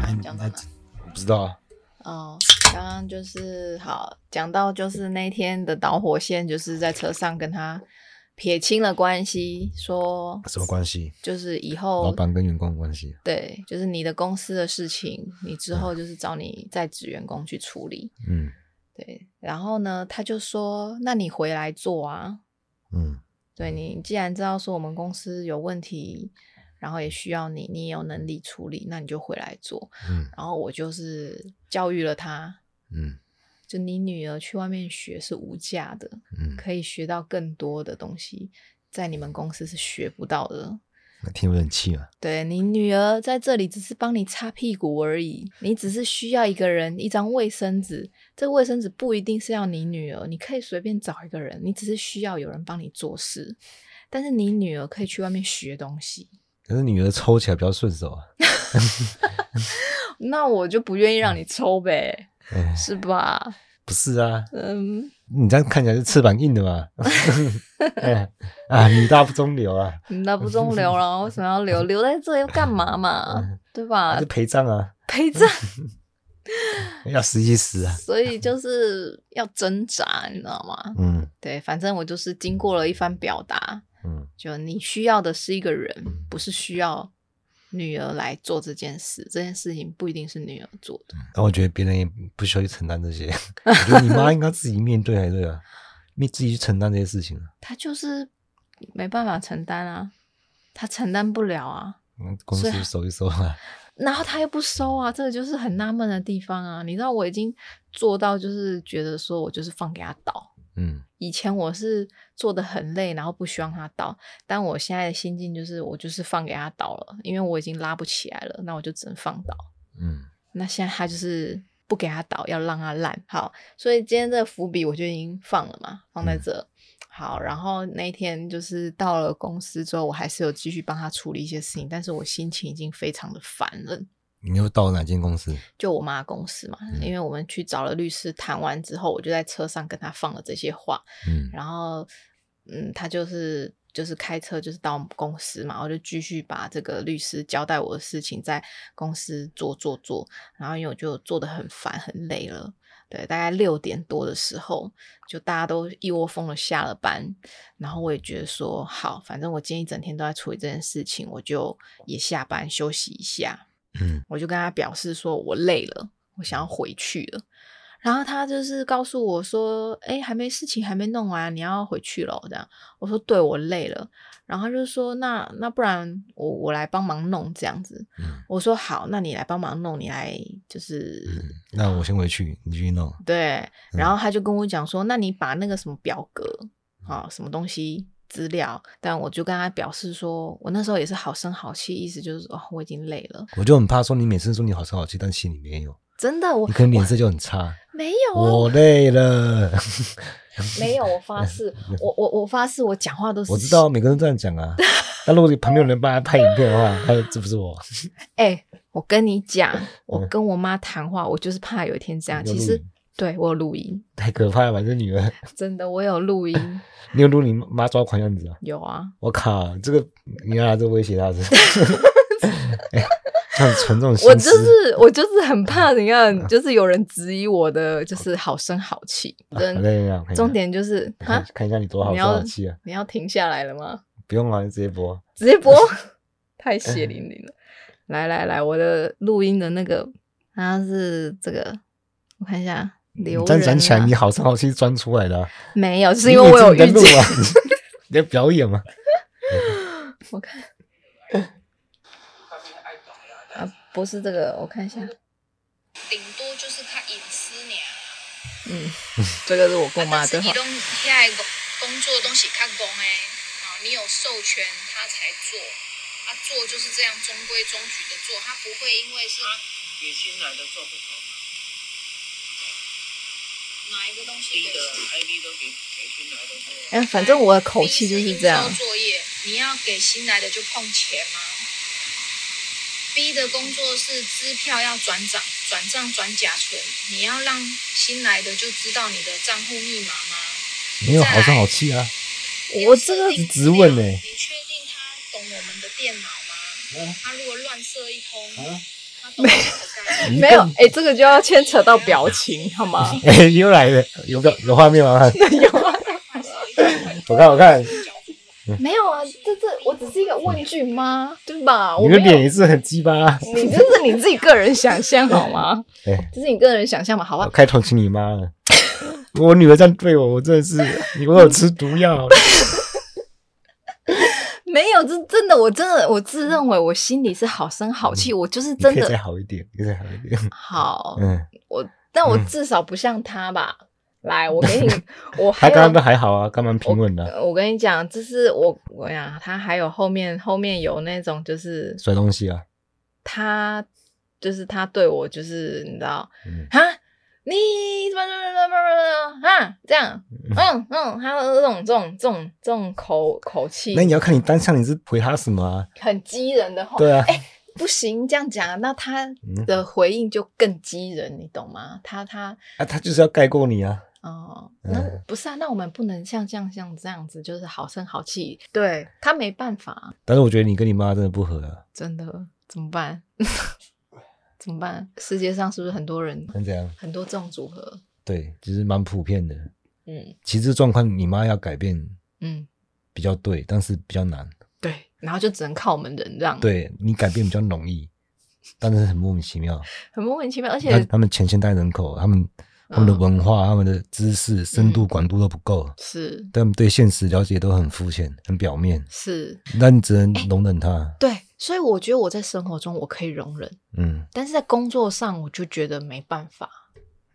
[SPEAKER 1] 哎
[SPEAKER 2] 讲到哪
[SPEAKER 1] 我不知道啊，
[SPEAKER 2] 哦，刚刚就是好讲到，就是那天的导火线，就是在车上跟他撇清了关系，说
[SPEAKER 1] 什么关系？
[SPEAKER 2] 就是以
[SPEAKER 1] 老
[SPEAKER 2] 后
[SPEAKER 1] 板跟员工的关系？
[SPEAKER 2] 对，就是你的公司的事情，你之后就是找你在职员工去处理。
[SPEAKER 1] 嗯
[SPEAKER 2] 对，然后呢，他就说：“那你回来做啊，
[SPEAKER 1] 嗯
[SPEAKER 2] 对你既然知道说我们公司有问题，然后也需要你，你也有能力处理，那你就回来做。
[SPEAKER 1] 嗯”
[SPEAKER 2] 然后我就是教育了他，
[SPEAKER 1] 嗯
[SPEAKER 2] 就你女儿去外面学是无价的，
[SPEAKER 1] 嗯，
[SPEAKER 2] 可以学到更多的东西，在你们公司是学不到的。
[SPEAKER 1] 那听我很气啊。
[SPEAKER 2] 对你女儿在这里只是帮你擦屁股而已，你只是需要一个人一张卫生纸，这卫生纸不一定是要你女儿，你可以随便找一个人，你只是需要有人帮你做事。但是你女儿可以去外面学东西，
[SPEAKER 1] 可是女儿抽起来比较顺手啊。
[SPEAKER 2] 那我就不愿意让你抽呗，
[SPEAKER 1] 哎，
[SPEAKER 2] 是吧？
[SPEAKER 1] 不是啊，
[SPEAKER 2] 嗯，
[SPEAKER 1] 你这样看起来是翅膀硬的嘛。 哎啊，女大不中留啊，
[SPEAKER 2] 你那不中留了，为什么要留？留在这里要干嘛嘛
[SPEAKER 1] 嗯？
[SPEAKER 2] 对吧
[SPEAKER 1] 还是？陪葬啊，
[SPEAKER 2] 陪葬，
[SPEAKER 1] 要死一死啊。
[SPEAKER 2] 所以就是要挣扎，你知道吗？
[SPEAKER 1] 嗯
[SPEAKER 2] 对，反正我就是经过了一番表达，
[SPEAKER 1] 嗯
[SPEAKER 2] 就你需要的是一个人，不是需要女儿来做这件事，这件事情不一定是女儿做的。
[SPEAKER 1] 然后我觉得别人也不需要去承担这些， 我觉得你妈应该自己面对才对啊，你自己去承担这些事情啊。
[SPEAKER 2] 她就是没办法承担啊，她承担不了啊，
[SPEAKER 1] 嗯，公
[SPEAKER 2] 所
[SPEAKER 1] 司
[SPEAKER 2] 以
[SPEAKER 1] 收一收啊，
[SPEAKER 2] 然后她又不收啊，这个就是很纳闷的地方啊。你知道我已经做到，就是觉得说我就是放给她倒。
[SPEAKER 1] 嗯，
[SPEAKER 2] 以前我是做的很累，然后不希望她倒，但我现在的心境就是我就是放给她倒了，因为我已经拉不起来了，那我就只能放倒。
[SPEAKER 1] 嗯，
[SPEAKER 2] 那现在他就是不给他倒，要让他烂。好，所以今天这个伏笔我就已经放了嘛，放在这。好，然后那一天就是到了公司之后，我还是有继续帮他处理一些事情，但是我心情已经非常的烦了。
[SPEAKER 1] 你又到哪间公司？
[SPEAKER 2] 就我妈公司嘛，
[SPEAKER 1] 嗯
[SPEAKER 2] 因为我们去找了律师谈完之后，我就在车上跟他放了这些话，
[SPEAKER 1] 嗯
[SPEAKER 2] 然后嗯，他就是就是开车就是到公司嘛，我就继续把这个律师交代我的事情在公司做做做，然后因为我就做的很烦很累了。对，大概六点多的时候，就大家都一窝蜂的下了班，然后我也觉得说，好，反正我今天一整天都在处理这件事情，我就也下班休息一下。
[SPEAKER 1] 嗯，
[SPEAKER 2] 我就跟他表示说我累了，我想要回去了。然后他就是告诉我说：“哎、还没事情还没弄完，你要回去了。”这样我说：“对，我累了。”然后他就说：“那那不然我我来帮忙弄这样子。
[SPEAKER 1] 嗯”
[SPEAKER 2] 我说：“好，那你来帮忙弄，你来就是、
[SPEAKER 1] 嗯，那我先回去，你继续弄。
[SPEAKER 2] 对。”
[SPEAKER 1] 嗯
[SPEAKER 2] 然后他就跟我讲说：“那你把那个什么表格啊、什么东西资料。”但我就跟他表示说：“我那时候也是好声好气，意思就是哦，我已经累了，
[SPEAKER 1] 我就很怕说你每次说你好声好气，但心里没有，
[SPEAKER 2] 真的我
[SPEAKER 1] 你可能脸色就很差。
[SPEAKER 2] 没有啊，
[SPEAKER 1] 我累了，
[SPEAKER 2] 没有，我发誓，我我我发誓，我讲话都
[SPEAKER 1] 嗯
[SPEAKER 2] 是
[SPEAKER 1] 我知道。每个人都这样讲啊。但如果你旁边有人帮他拍影片的话，他就这不是我。
[SPEAKER 2] 哎、我跟你讲，我跟我妈谈话，我就是怕有一天 这样。
[SPEAKER 1] 嗯你有
[SPEAKER 2] 啊其
[SPEAKER 1] 录
[SPEAKER 2] 实
[SPEAKER 1] 影
[SPEAKER 2] 对我有录音，
[SPEAKER 1] 太可怕了吧，这女儿！
[SPEAKER 2] 真的，我有录音，
[SPEAKER 1] 你有录你妈抓狂样子啊？
[SPEAKER 2] 有啊。
[SPEAKER 1] 我靠，这个你要拿这威胁她 是？哎像存这种心
[SPEAKER 2] 我就
[SPEAKER 1] 思，
[SPEAKER 2] 是我就是很怕 怎样，
[SPEAKER 1] 嗯
[SPEAKER 2] 就是有人质疑我的，就是好声好气。
[SPEAKER 1] 我
[SPEAKER 2] 真
[SPEAKER 1] 跟你讲，看一下
[SPEAKER 2] 重点就是
[SPEAKER 1] 看
[SPEAKER 2] 哈，
[SPEAKER 1] 看一下你多好
[SPEAKER 2] 你
[SPEAKER 1] 多
[SPEAKER 2] 要
[SPEAKER 1] 好气啊！
[SPEAKER 2] 你要停下来了吗？
[SPEAKER 1] 不用啊，你直接播。
[SPEAKER 2] 直 接播，太血淋淋了。来来来，我的录音的那个，它是这个，我看一下，留
[SPEAKER 1] 但
[SPEAKER 2] 人、
[SPEAKER 1] 想起来，
[SPEAKER 2] 啊
[SPEAKER 1] 你。好声好气钻出来的啊，
[SPEAKER 2] 没有，是因为我有
[SPEAKER 1] 你自己在
[SPEAKER 2] 遇
[SPEAKER 1] 录
[SPEAKER 2] 见。
[SPEAKER 1] 啊， 你在表演吗？
[SPEAKER 2] 我看，啊，不是这个，我看一下。
[SPEAKER 3] 顶多就是较隐私尔。
[SPEAKER 2] 嗯，这个是我跟我
[SPEAKER 3] 啊
[SPEAKER 2] 妈
[SPEAKER 3] 但是
[SPEAKER 2] 对
[SPEAKER 3] 你
[SPEAKER 2] 话。
[SPEAKER 3] 拢遐个工作东西较戆诶，啊，你有授权他才做，啊，做就是这样中规中矩的做，他不会因为是
[SPEAKER 4] 比新来的做不好，
[SPEAKER 3] 哪一个东西
[SPEAKER 4] 低的
[SPEAKER 3] 的。
[SPEAKER 4] ID 都比给新来的多。
[SPEAKER 2] 哎，反正我的口气就是这样
[SPEAKER 3] 第一。次营造作业，你要给新来的就碰钱吗？B 的工作是支票要转账、转账、转甲存，你要让新来的就知道你的账户密码吗？
[SPEAKER 1] 没有好声好气 啊！
[SPEAKER 2] 我这个
[SPEAKER 1] 是直问欸呢
[SPEAKER 3] 你确定他懂我们的电脑吗？
[SPEAKER 1] 嗯
[SPEAKER 3] 他如果乱射一通，
[SPEAKER 1] 嗯
[SPEAKER 3] 他懂我们的概 念。
[SPEAKER 1] 你
[SPEAKER 2] 没有
[SPEAKER 1] 更，
[SPEAKER 2] 哎，这个就要牵扯到表情，好 吗？
[SPEAKER 1] 哎、又来了，有表有画面吗？
[SPEAKER 2] 有啊，
[SPEAKER 1] 我看，我看，
[SPEAKER 2] 没有啊，这这我只是一个问句吗？对吧？我
[SPEAKER 1] 你
[SPEAKER 2] 没
[SPEAKER 1] 的
[SPEAKER 2] 有
[SPEAKER 1] 脸，也是很鸡巴、啊。
[SPEAKER 2] 你这是你自己个人想象好 吗？
[SPEAKER 1] 哎、
[SPEAKER 2] 这是你个人想象嘛，好吧
[SPEAKER 1] 我？开头请你妈 了。我女儿这样对我，我真的是，我有吃毒药。
[SPEAKER 2] 没有，这真的，我真的，我自认为我心里是好声好气，我就是
[SPEAKER 1] 嗯你可
[SPEAKER 2] 真
[SPEAKER 1] 以再
[SPEAKER 2] 的
[SPEAKER 1] 好一点，你可以再好一点。
[SPEAKER 2] 好。
[SPEAKER 1] 嗯，
[SPEAKER 2] 我，但我
[SPEAKER 1] 嗯
[SPEAKER 2] 至少不像他吧。来，我 给你，我还
[SPEAKER 1] 她
[SPEAKER 2] 有，
[SPEAKER 1] 刚刚都还好啊，刚刚平稳的、
[SPEAKER 2] 呃我跟你讲，就是我，我讲他还有后面，后面有那种就是
[SPEAKER 1] 甩东西啊。
[SPEAKER 2] 他，就是他对我就是你知道
[SPEAKER 1] 嗯，
[SPEAKER 2] 啊，你怎么怎么怎么怎么啊这样，嗯嗯，他有这种这种这种这种口口气
[SPEAKER 1] 那，你要看你当下你是回她什么啊？
[SPEAKER 2] 很激人的话，
[SPEAKER 1] 对啊，
[SPEAKER 2] 不行，这样讲，那他
[SPEAKER 1] 嗯
[SPEAKER 2] 的回应就更激人，你懂吗？他他。
[SPEAKER 1] 啊，她就是要盖过你啊。
[SPEAKER 2] 哦，那
[SPEAKER 1] 嗯
[SPEAKER 2] 不是啊，那我们不能像这样像这样子，就是好声好气。对他没办法，啊
[SPEAKER 1] 但是我觉得你跟你妈真的不合啊，
[SPEAKER 2] 真的怎么办？ 怎么办？世界上是不是很多人
[SPEAKER 1] 能怎样？
[SPEAKER 2] 很多这种组合？
[SPEAKER 1] 对，其实蛮普遍的。
[SPEAKER 2] 嗯
[SPEAKER 1] 其实这状况你妈要改变
[SPEAKER 2] 嗯，
[SPEAKER 1] 比较对，但是比较难。
[SPEAKER 2] 对，然后就只能靠我们人让，，
[SPEAKER 1] 对你改变比较容易，但是很莫名其妙。
[SPEAKER 2] 很莫名其妙，而且
[SPEAKER 1] 他他们前现代人口，他们他们的
[SPEAKER 2] 嗯
[SPEAKER 1] 文化、他们的知识深度、
[SPEAKER 2] 嗯
[SPEAKER 1] 广度都不够，
[SPEAKER 2] 是
[SPEAKER 1] 他们对现实了解都很肤浅、很表面，
[SPEAKER 2] 是，
[SPEAKER 1] 那你只能容忍他。
[SPEAKER 2] 对，所以我觉得我在生活中我可以容忍，
[SPEAKER 1] 嗯
[SPEAKER 2] 但是在工作上我就觉得没办法。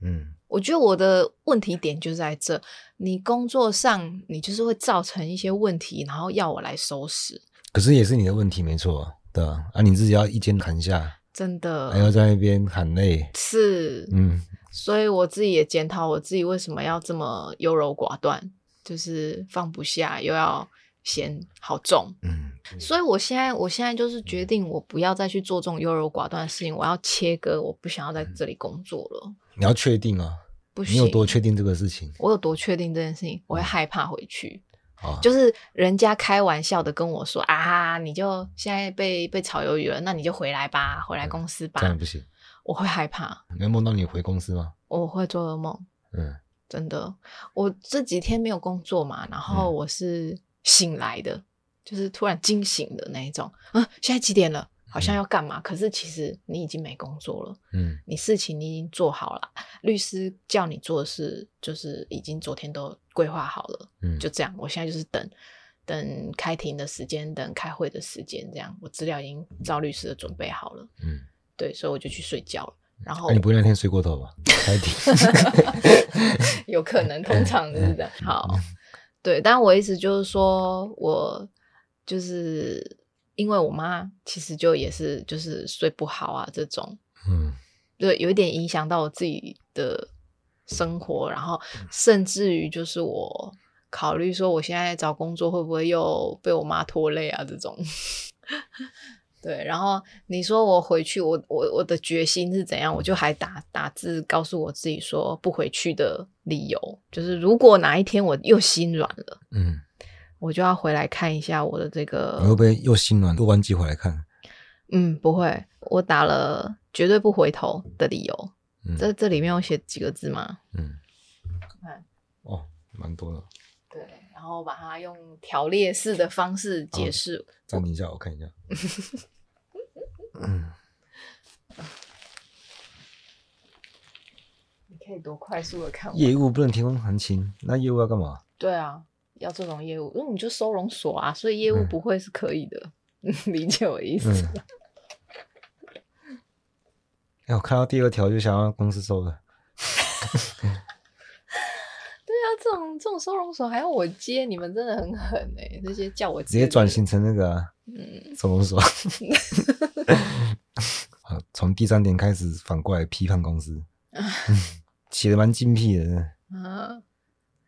[SPEAKER 1] 嗯
[SPEAKER 2] 我觉得我的问题点就在这，你工作上你就是会造成一些问题，然后要我来收拾，
[SPEAKER 1] 可是也是你的问题，没错啊，对啊，啊，你自己要一肩扛下，
[SPEAKER 2] 真的。
[SPEAKER 1] 还要在那边喊累，
[SPEAKER 2] 是，
[SPEAKER 1] 哎嗯，
[SPEAKER 2] 所以我自己也检讨我自己为什么要这么优柔寡断，就是放不下，又要嫌好重。
[SPEAKER 1] 嗯，
[SPEAKER 2] 所以我现在，我现在就是决定，我不要再去做这种优柔寡断的事情，我要切割，我不想要在这里工作了，
[SPEAKER 1] 你要确定啊，
[SPEAKER 2] 不
[SPEAKER 1] 嗯
[SPEAKER 2] 行。
[SPEAKER 1] 你有多嗯确定这个事情
[SPEAKER 2] 我有多确定这件事情？我会害怕回去，
[SPEAKER 1] 啊？
[SPEAKER 2] 就是人家开玩笑的跟我说啊，你就现在被被炒鱿鱼了，那你就回来吧，回来公司
[SPEAKER 1] 这样
[SPEAKER 2] 吧
[SPEAKER 1] 也。不行，
[SPEAKER 2] 我会害怕，
[SPEAKER 1] 能梦到你回公司吗？
[SPEAKER 2] 我会做噩梦。
[SPEAKER 1] 嗯
[SPEAKER 2] 真的，我这几天没有工作嘛，然后
[SPEAKER 1] 嗯
[SPEAKER 2] 我是醒来的，就是突然惊醒的那一种。啊，现在几点了？好像
[SPEAKER 1] 嗯
[SPEAKER 2] 要干嘛？可是其实你已经没工作了，
[SPEAKER 1] 嗯
[SPEAKER 2] 你事情你已经做好了，律师叫你做的事就是已经昨天都规划好了，
[SPEAKER 1] 嗯，
[SPEAKER 2] 就这样。我现在就是等。等开庭的时间，等开会的时间，这样我资料已经照律师的准备好了，
[SPEAKER 1] 嗯，啊
[SPEAKER 2] 对，所以我就去睡觉了。然后
[SPEAKER 1] 那、你不会那天睡过头吧？开庭，
[SPEAKER 2] 有可能，通常就是这样。好，对，但我意思就是说，我就是因为我妈其实就也是就是睡不好啊，这种
[SPEAKER 1] 嗯
[SPEAKER 2] 就有一点影响到我自己的生活，然后甚至于就是我考虑说，我现在找工作会不会又被我妈拖累啊？这种。 对，然后你说我回去，我我我的决心是怎样？我就还打打字告诉我自己说不回去的理由，就是如果哪一天我又心软了，
[SPEAKER 1] 嗯，
[SPEAKER 2] 我就要回来看一下我的这个
[SPEAKER 1] 你会不会又心软，又关机回来看？
[SPEAKER 2] 嗯，不会，我打了绝对不回头的理由。
[SPEAKER 1] 嗯
[SPEAKER 2] 这这里面有写几个字吗？
[SPEAKER 1] 嗯
[SPEAKER 2] 看，
[SPEAKER 1] 哦，蛮多的，
[SPEAKER 2] 对，然后把它用条列式的方式解
[SPEAKER 1] 好
[SPEAKER 2] 释。
[SPEAKER 1] 暂停一下，我看一下。嗯，
[SPEAKER 2] 你可以多快速的看
[SPEAKER 1] 业务不能提供行情，那业务要干嘛？
[SPEAKER 2] 对啊，要这种业务，因为你就收容所啊，所以业务
[SPEAKER 1] 嗯
[SPEAKER 2] 不会是可以的。 理解我意思
[SPEAKER 1] 嗯
[SPEAKER 2] 吗？
[SPEAKER 1] 哎、我看到第二条就想要公司收了。
[SPEAKER 2] 对啊，这种这种收容所还要我接，你们真的很狠哎、这些叫我
[SPEAKER 1] 直接
[SPEAKER 2] 接
[SPEAKER 1] 转
[SPEAKER 2] 的
[SPEAKER 1] 型成那个、啊、
[SPEAKER 2] 嗯，
[SPEAKER 1] 收容所。啊 好，从第三点开始反过来批判公司， 嗯写的蛮精辟的。
[SPEAKER 2] 啊，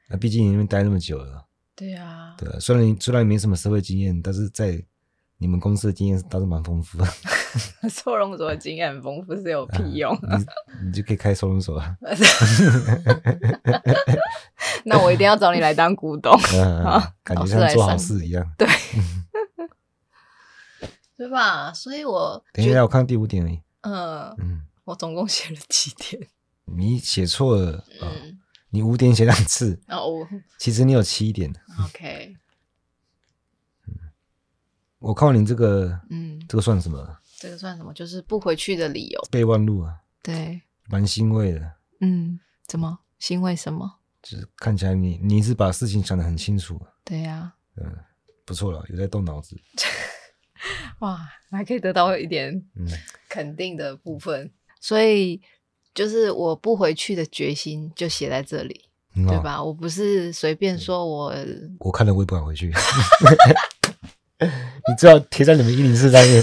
[SPEAKER 1] 那毕竟你们待那么久了，
[SPEAKER 2] 对啊，
[SPEAKER 1] 对啊，虽然虽然没什么社会经验，但是在你们公司的经验倒是蛮丰富的。
[SPEAKER 2] 收容所的经验很丰富是有
[SPEAKER 1] 嗯
[SPEAKER 2] 屁用、
[SPEAKER 1] 你你就可以开收容所啊了。
[SPEAKER 2] 那我一定要找你来当股 东，
[SPEAKER 1] 嗯，感觉
[SPEAKER 2] 老师
[SPEAKER 1] 像
[SPEAKER 2] 来
[SPEAKER 1] 做好
[SPEAKER 2] 上
[SPEAKER 1] 事一样。
[SPEAKER 2] 对吧？所以我
[SPEAKER 1] 等一下，我看到第五点而已。
[SPEAKER 2] 嗯，
[SPEAKER 1] 嗯，
[SPEAKER 2] 我总共写了几 点？
[SPEAKER 1] 你写错了啊、
[SPEAKER 2] 嗯，
[SPEAKER 1] 你五点写两次，
[SPEAKER 2] 然后我
[SPEAKER 1] 其实你有七点。
[SPEAKER 2] 哦 OK，
[SPEAKER 1] 我靠，你这个
[SPEAKER 2] 嗯，
[SPEAKER 1] 这个算什么？
[SPEAKER 2] 这个算什么？就是不回去的理由。
[SPEAKER 1] 备忘录啊，
[SPEAKER 2] 对，
[SPEAKER 1] 蛮欣慰的。
[SPEAKER 2] 嗯，怎么？因为什么？
[SPEAKER 1] 就是看起来你你是把事情想得很清楚，
[SPEAKER 2] 对呀、
[SPEAKER 1] 嗯，不错了，有在动脑子。
[SPEAKER 2] 哇，还可以得到一点
[SPEAKER 1] 嗯
[SPEAKER 2] 肯定的部分，所以就是我不回去的决心就写在这里，
[SPEAKER 1] 很
[SPEAKER 2] 对
[SPEAKER 1] 好？
[SPEAKER 2] 吧？我不是随便说我，
[SPEAKER 1] 嗯啊我看了我也不敢回去。 你知道贴在你们一零四上面，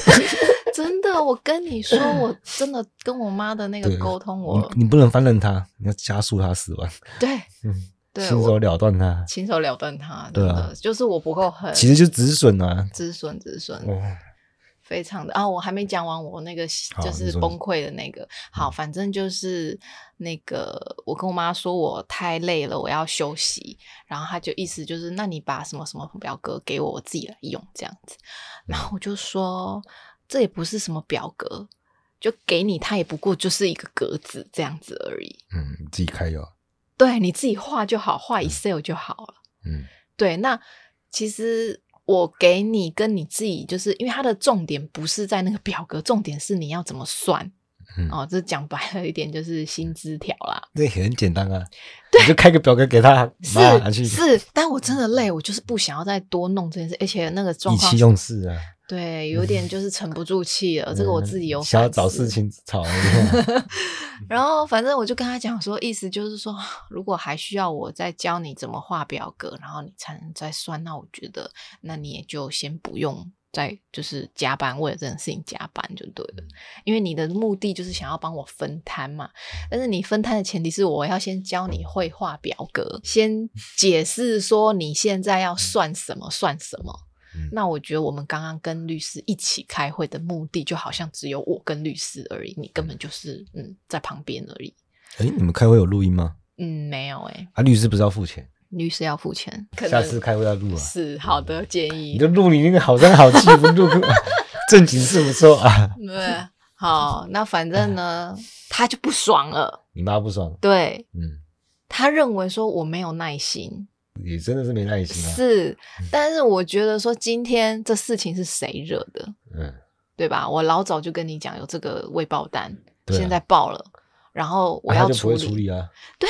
[SPEAKER 2] 真的，我跟你说，我真的跟我妈的那个
[SPEAKER 1] 对
[SPEAKER 2] 沟通， 我
[SPEAKER 1] 你你不能放任他，你要加速他死亡，
[SPEAKER 2] 对
[SPEAKER 1] 嗯，
[SPEAKER 2] 对
[SPEAKER 1] 亲
[SPEAKER 2] 我
[SPEAKER 1] 手了断他，
[SPEAKER 2] 亲手了断他，真
[SPEAKER 1] 对
[SPEAKER 2] 的、
[SPEAKER 1] 啊
[SPEAKER 2] 就是我不够狠，
[SPEAKER 1] 其实就止损啊。
[SPEAKER 2] 止损止损，
[SPEAKER 1] 哦，
[SPEAKER 2] 非常的啊，我还没讲完我那个
[SPEAKER 1] 好
[SPEAKER 2] 就
[SPEAKER 1] 你
[SPEAKER 2] 是
[SPEAKER 1] 说嗯
[SPEAKER 2] 崩溃的那个。好，反正就是那个，我跟我妈说我太累了，我要休息。然后她就意思就是，那你把什么什么表格给我，我自己来用这样子。然后我就说，这也不是什么表格，就给你，它也不过就是一个格子这样子而已。
[SPEAKER 1] 嗯，自己开药，
[SPEAKER 2] 对，你自己画就好，画 Excel 就好了。
[SPEAKER 1] 嗯
[SPEAKER 2] 对，那其实。我给你跟你自己，就是因为它的重点不是在那个表格，重点是你要怎么算
[SPEAKER 1] 嗯
[SPEAKER 2] 哦。这讲白了一点就是薪资条啦，
[SPEAKER 1] 这也很简单啊，你就开个表格给他，拿拿去
[SPEAKER 2] 是是，但我真的累，我就是不想要再多弄这件事，而且那个状
[SPEAKER 1] 意
[SPEAKER 2] 况
[SPEAKER 1] 气用事啊。
[SPEAKER 2] 对，有点就是沉不住气了，哦这个我自己有
[SPEAKER 1] 嗯想要
[SPEAKER 2] 反
[SPEAKER 1] 找
[SPEAKER 2] 思
[SPEAKER 1] 事情 吵，嗯
[SPEAKER 2] 然后反正我就跟他讲说，意思就是说， 如果还需要我再教你怎么画表格，然后你才能再算，那我觉得那你也就先不用再就是加班，为了这件事情加班就对了，因为你的目的就是想要帮我分摊嘛。但是你分摊的前提是我要先教你会画表格，先解释说你现在要算什么算什么。
[SPEAKER 1] 嗯
[SPEAKER 2] 那我觉得我们刚刚跟律师一起开会的目的，就好像只有我跟律师而已，你根本就是嗯在旁边而已。
[SPEAKER 1] 哎，你们开会有录音吗？
[SPEAKER 2] 嗯，没有诶、
[SPEAKER 1] 啊，律师不是要付钱？
[SPEAKER 2] 律师要付钱，可
[SPEAKER 1] 下
[SPEAKER 2] 能
[SPEAKER 1] 次开会要录啊，
[SPEAKER 2] 是好的建
[SPEAKER 1] 你
[SPEAKER 2] 议
[SPEAKER 1] 就。录你那个好声好气，不 录正经事不错啊。
[SPEAKER 2] 对，好，那反
[SPEAKER 1] 哎
[SPEAKER 2] 正呢，他就不爽了，
[SPEAKER 1] 你妈不爽，
[SPEAKER 2] 对
[SPEAKER 1] 嗯，
[SPEAKER 2] 他认为说我没有耐心，
[SPEAKER 1] 也真的是没耐心啊，
[SPEAKER 2] 是，但是我觉得说今天这事情是谁惹的，
[SPEAKER 1] 嗯，
[SPEAKER 2] 对吧？我老早就跟你讲有这个未报单，
[SPEAKER 1] 对啊
[SPEAKER 2] 现在报了，然后我
[SPEAKER 1] 啊
[SPEAKER 2] 要
[SPEAKER 1] 他就不
[SPEAKER 2] 处
[SPEAKER 1] 会
[SPEAKER 2] 理。
[SPEAKER 1] 处理啊。
[SPEAKER 2] 对，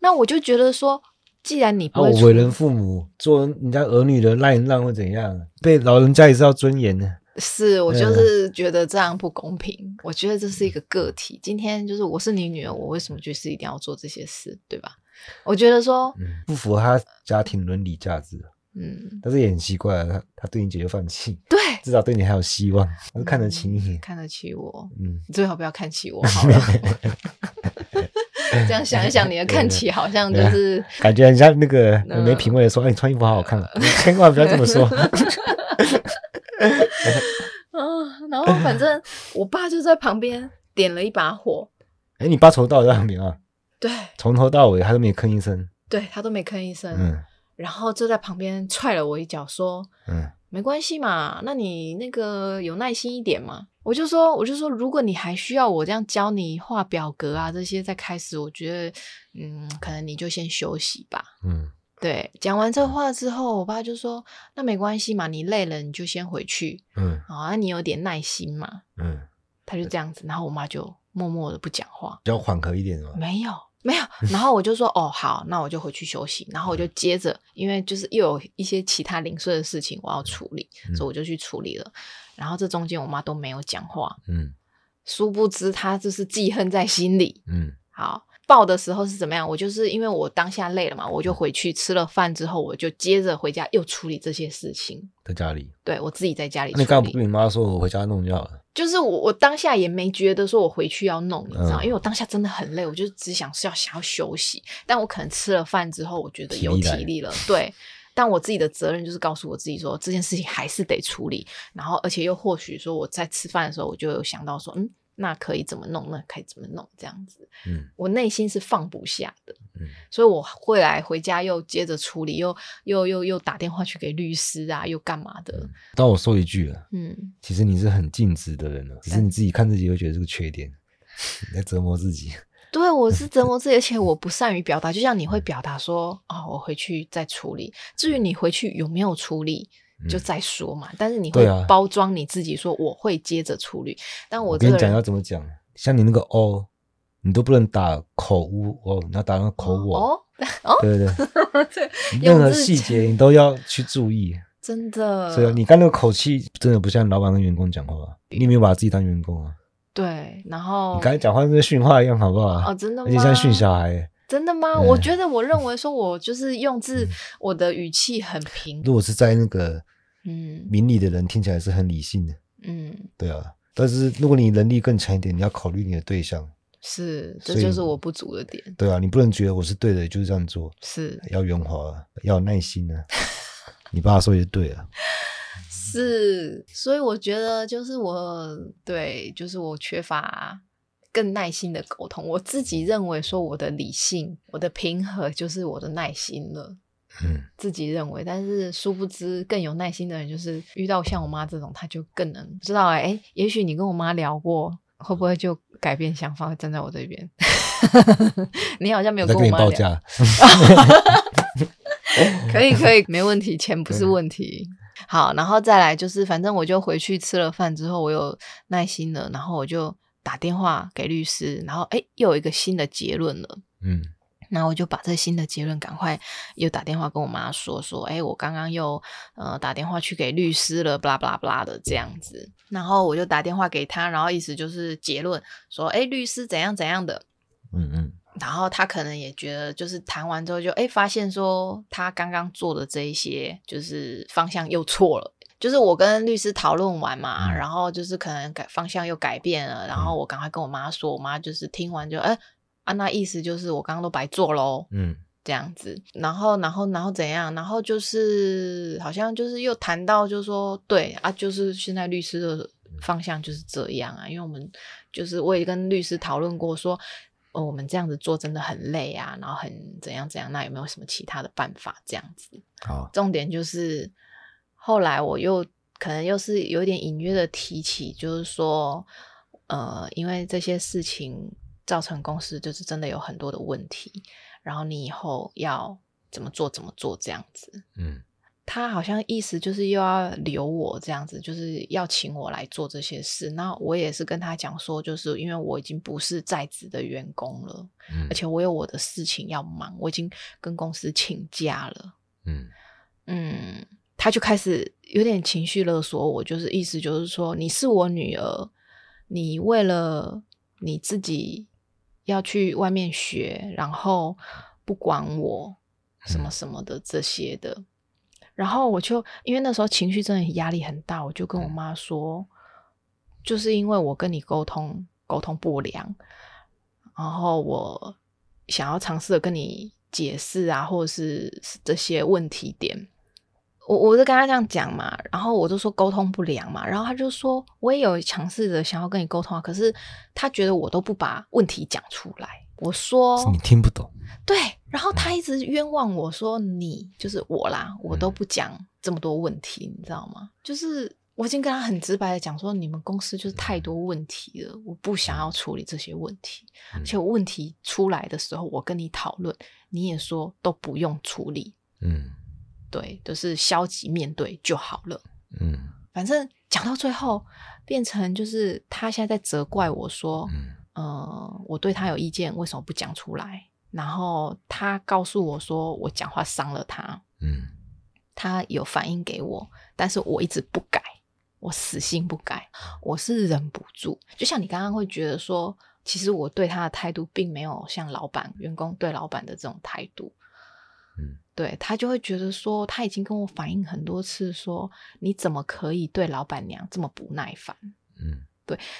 [SPEAKER 2] 那我就觉得说，既然你
[SPEAKER 1] 啊，
[SPEAKER 2] 不
[SPEAKER 1] 我
[SPEAKER 2] 会处
[SPEAKER 1] 为
[SPEAKER 2] 理
[SPEAKER 1] 人父母，做人家儿女的烂让会怎样？被老人家也是要尊严的。
[SPEAKER 2] 是我就
[SPEAKER 1] 嗯
[SPEAKER 2] 是觉得这样不公平。我觉得这是一个个体。今天就是我是你女儿，我为什么就是一定要做这些事，对吧？我觉得说，
[SPEAKER 1] 嗯，不符合他家庭伦理价值，啊
[SPEAKER 2] 嗯，
[SPEAKER 1] 但是也很奇怪啊，他他对你姐就放弃，
[SPEAKER 2] 对，嗯
[SPEAKER 1] 至少对你还有希 望，他 是看得起你。
[SPEAKER 2] 看得起我，
[SPEAKER 1] 嗯，
[SPEAKER 2] 你最好不要看起我 好了。这样想一想，你的看起好像
[SPEAKER 1] 啊
[SPEAKER 2] 就是
[SPEAKER 1] 感觉人家那 个
[SPEAKER 2] 嗯
[SPEAKER 1] 没品味的说：“哎，你穿衣服好好看。” 千万不要这么 说。
[SPEAKER 2] 嗯，然后反正我爸就在旁边点了一把火，
[SPEAKER 1] 哎，你爸从头到尾都没有啊，
[SPEAKER 2] 对
[SPEAKER 1] 从头到尾他都没有吭一声。
[SPEAKER 2] 对，他都没吭一声，
[SPEAKER 1] 嗯
[SPEAKER 2] 然后就在旁边踹了我一脚，说
[SPEAKER 1] 嗯，
[SPEAKER 2] 没关系嘛，那你那个有耐心一点嘛。我就说，我就说，如果你还需要我这样教你画表格啊这些再开始，我觉得，嗯，可能你就先休息吧。
[SPEAKER 1] 嗯，
[SPEAKER 2] 对，讲完这话之后，我爸就说，那没关系嘛，你累了你就先回去，
[SPEAKER 1] 嗯
[SPEAKER 2] 好啊，你有点耐心嘛。
[SPEAKER 1] 嗯，
[SPEAKER 2] 他就这样子，然后我妈就默默的不讲话。
[SPEAKER 1] 比较缓和一点嘛。
[SPEAKER 2] 没有，没有。然后我就说，哦，好，那我就回去休息。然后我就
[SPEAKER 1] 嗯
[SPEAKER 2] 接着，因为就是又有一些其他零碎的事情我要处理，
[SPEAKER 1] 嗯
[SPEAKER 2] 所以我就去处理了。然后这中间我妈都没有讲话，
[SPEAKER 1] 嗯
[SPEAKER 2] 殊不知她就是记恨在心里。
[SPEAKER 1] 嗯
[SPEAKER 2] 好，报的时候是怎么样？我就是因为我当下累了嘛，我就回去吃了饭之后，我就接着回家又处理这些事情。
[SPEAKER 1] 在家里，
[SPEAKER 2] 对我自己在家里
[SPEAKER 1] 那
[SPEAKER 2] 处
[SPEAKER 1] 啊你
[SPEAKER 2] 理，
[SPEAKER 1] 干嘛不跟你妈说我回家弄就好了？
[SPEAKER 2] 就是我我当下也没觉得说我回去要弄，你知道，
[SPEAKER 1] 嗯
[SPEAKER 2] 因为我当下真的很累，我就只想是要想要休息。但我可能吃了饭之后，我觉得有
[SPEAKER 1] 体力来
[SPEAKER 2] 体力了，对。但我自己的责任就是告诉我自己说这件事情还是得处理，然后而且又或许说我在吃饭的时候，我就有想到说，嗯，那可以怎么弄，那可以怎么弄这样子，
[SPEAKER 1] 嗯
[SPEAKER 2] 我内心是放不下的。
[SPEAKER 1] 嗯
[SPEAKER 2] 所以我会来回家又接着处理，又又又又打电话去给律师啊，又干嘛的？
[SPEAKER 1] 嗯。但我说一句啊，
[SPEAKER 2] 嗯，
[SPEAKER 1] 其实你是很尽职的人了，啊只是你自己看自己会觉得是个缺点， 你在折磨自己。
[SPEAKER 2] 对，我是折磨自己，而且我不善于表达。就像你会表达说：“哦，我回去再处理。”至于你回去有没有处理，就
[SPEAKER 1] 嗯
[SPEAKER 2] 再说嘛。但是你会
[SPEAKER 1] 对啊
[SPEAKER 2] 包装你自己说：“我会接着处理。”但我这
[SPEAKER 1] 跟
[SPEAKER 2] 个
[SPEAKER 1] 你讲
[SPEAKER 2] 人
[SPEAKER 1] 要怎么讲，像你那个哦，你都不能打口误哦，你要打那个口我。
[SPEAKER 2] 哦，
[SPEAKER 1] 对对对，
[SPEAKER 2] 对，
[SPEAKER 1] 任何
[SPEAKER 2] 用字
[SPEAKER 1] 细节你都要去注意。
[SPEAKER 2] 真的，
[SPEAKER 1] 所以你刚那个口气真的不像老板跟员工讲话，啊你没有把自己当员工啊，
[SPEAKER 2] 对，然后
[SPEAKER 1] 你刚才讲话跟训话一样，好不好？
[SPEAKER 2] 哦，真的
[SPEAKER 1] 而
[SPEAKER 2] 吗？
[SPEAKER 1] 且像训小孩，
[SPEAKER 2] 真的吗？
[SPEAKER 1] 嗯
[SPEAKER 2] 我觉得我认为说我就是用字，我的语气很平，
[SPEAKER 1] 如果是在那个
[SPEAKER 2] 嗯
[SPEAKER 1] 明理的人，听起来是很理性的，
[SPEAKER 2] 嗯，
[SPEAKER 1] 对啊。但是如果你能力更强一点，你要考虑你的对象，
[SPEAKER 2] 是，这
[SPEAKER 1] 所以
[SPEAKER 2] 就是我不足的点，
[SPEAKER 1] 对啊，你不能觉得我是对的，就是这样做，
[SPEAKER 2] 是。
[SPEAKER 1] 要圆滑啊，要有耐心 啊。你爸说的对啊，
[SPEAKER 2] 是，所以我觉得就是我对，就是我缺乏更耐心的沟通。我自己认为说我的理性、我的平和就是我的耐心了，
[SPEAKER 1] 嗯，
[SPEAKER 2] 自己认为。但是殊不知，更有耐心的人就是遇到像我妈这种，她就更能不知道哎、诶也许你跟我妈聊过，会不会就改变想法，会站在我 这边？你好像没有
[SPEAKER 1] 在跟
[SPEAKER 2] 跟我
[SPEAKER 1] 你
[SPEAKER 2] 妈
[SPEAKER 1] 报
[SPEAKER 2] 聊。
[SPEAKER 1] 价，
[SPEAKER 2] 可以可以，没问题，钱不是问题。好，然后再来就是，反正我就回去吃了饭之后，我有耐心了，然后我就打电话给律师，然后哎，又有一个新的结论了。
[SPEAKER 1] 嗯
[SPEAKER 2] 然后我就把这新的结论赶快又打电话跟我妈说说，哎，我刚刚又呃打电话去给律师了，b l a 拉 b l a 的这样子。然后我就打电话给他，然后意思就是结论说，哎，律师怎样怎样的。
[SPEAKER 1] 嗯嗯，
[SPEAKER 2] 然后他可能也觉得，就是谈完之后就哎，诶发现说他刚刚做的这一些，就是方向又错了。就是我跟律师讨论完嘛，
[SPEAKER 1] 嗯
[SPEAKER 2] 然后就是可能改方向又改变了，然后我赶快跟我妈说，我妈就是听完就哎，啊那意思就是我刚刚都白做喽，
[SPEAKER 1] 嗯
[SPEAKER 2] 这样子，然后，然后，然后怎样？然后就是好像就是又谈到，就是说，对啊，就是现在律师的方向就是这样啊，因为我们就是我也跟律师讨论过说，哦，我们这样子做真的很累啊，然后很怎样怎样，那有没有什么其他的办法？这样子，
[SPEAKER 1] 好，
[SPEAKER 2] 重点就是后来我又可能又是有点隐约的提起，就是说，呃，因为这些事情造成公司就是真的有很多的问题，然后你以后要怎么做怎么做这样子。
[SPEAKER 1] 嗯
[SPEAKER 2] 他好像意思就是又要留我这样子，就是要请我来做这些事。那我也是跟他讲说，就是因为我已经不是在职的员工了，
[SPEAKER 1] 嗯，
[SPEAKER 2] 而且我有我的事情要忙，我已经跟公司请假了。
[SPEAKER 1] 嗯
[SPEAKER 2] 嗯，他就开始有点情绪勒索我，就是意思就是说，你是我女儿，你为了你自己要去外面学，然后不管我什么什么的这些的。然后我就因为那时候情绪真的压力很大，我就跟我妈说，就是因为我跟你沟通沟通不良，然后我想要尝试的跟你解释啊，或者是这些问题点，我我就跟他这样讲嘛，然后我就说沟通不良嘛，然后他就说我也有尝试着想要跟你沟通啊，可是他觉得我都不把问题讲出来，我说
[SPEAKER 1] 是你听不懂，
[SPEAKER 2] 对，然后他一直冤枉我说你就是我啦，我都
[SPEAKER 1] 嗯
[SPEAKER 2] 不讲这么多问题，你知道吗？就是我已经跟他很直白的讲说，你们公司就是太多问题了，我不想要处理这些问题，而且问题出来的时候，我跟你讨论，你也说都不用处理，
[SPEAKER 1] 嗯
[SPEAKER 2] 对，就是消极面对就好了。
[SPEAKER 1] 嗯
[SPEAKER 2] 反正讲到最后，变成就是他现在在责怪我说，
[SPEAKER 1] 嗯
[SPEAKER 2] 呃，我对他有意见，为什么不讲出来？然后他告诉我说，我讲话伤了他，
[SPEAKER 1] 嗯
[SPEAKER 2] 他有反映给我，但是我一直不改，我死性不改，我是忍不住。就像你刚刚会觉得说，其实我对他的态度并没有像老板、员工对老板的这种态度。
[SPEAKER 1] 嗯，
[SPEAKER 2] 对他就会觉得说，他已经跟我反映很多次说，你怎么可以对老板娘这么不耐烦？
[SPEAKER 1] 嗯，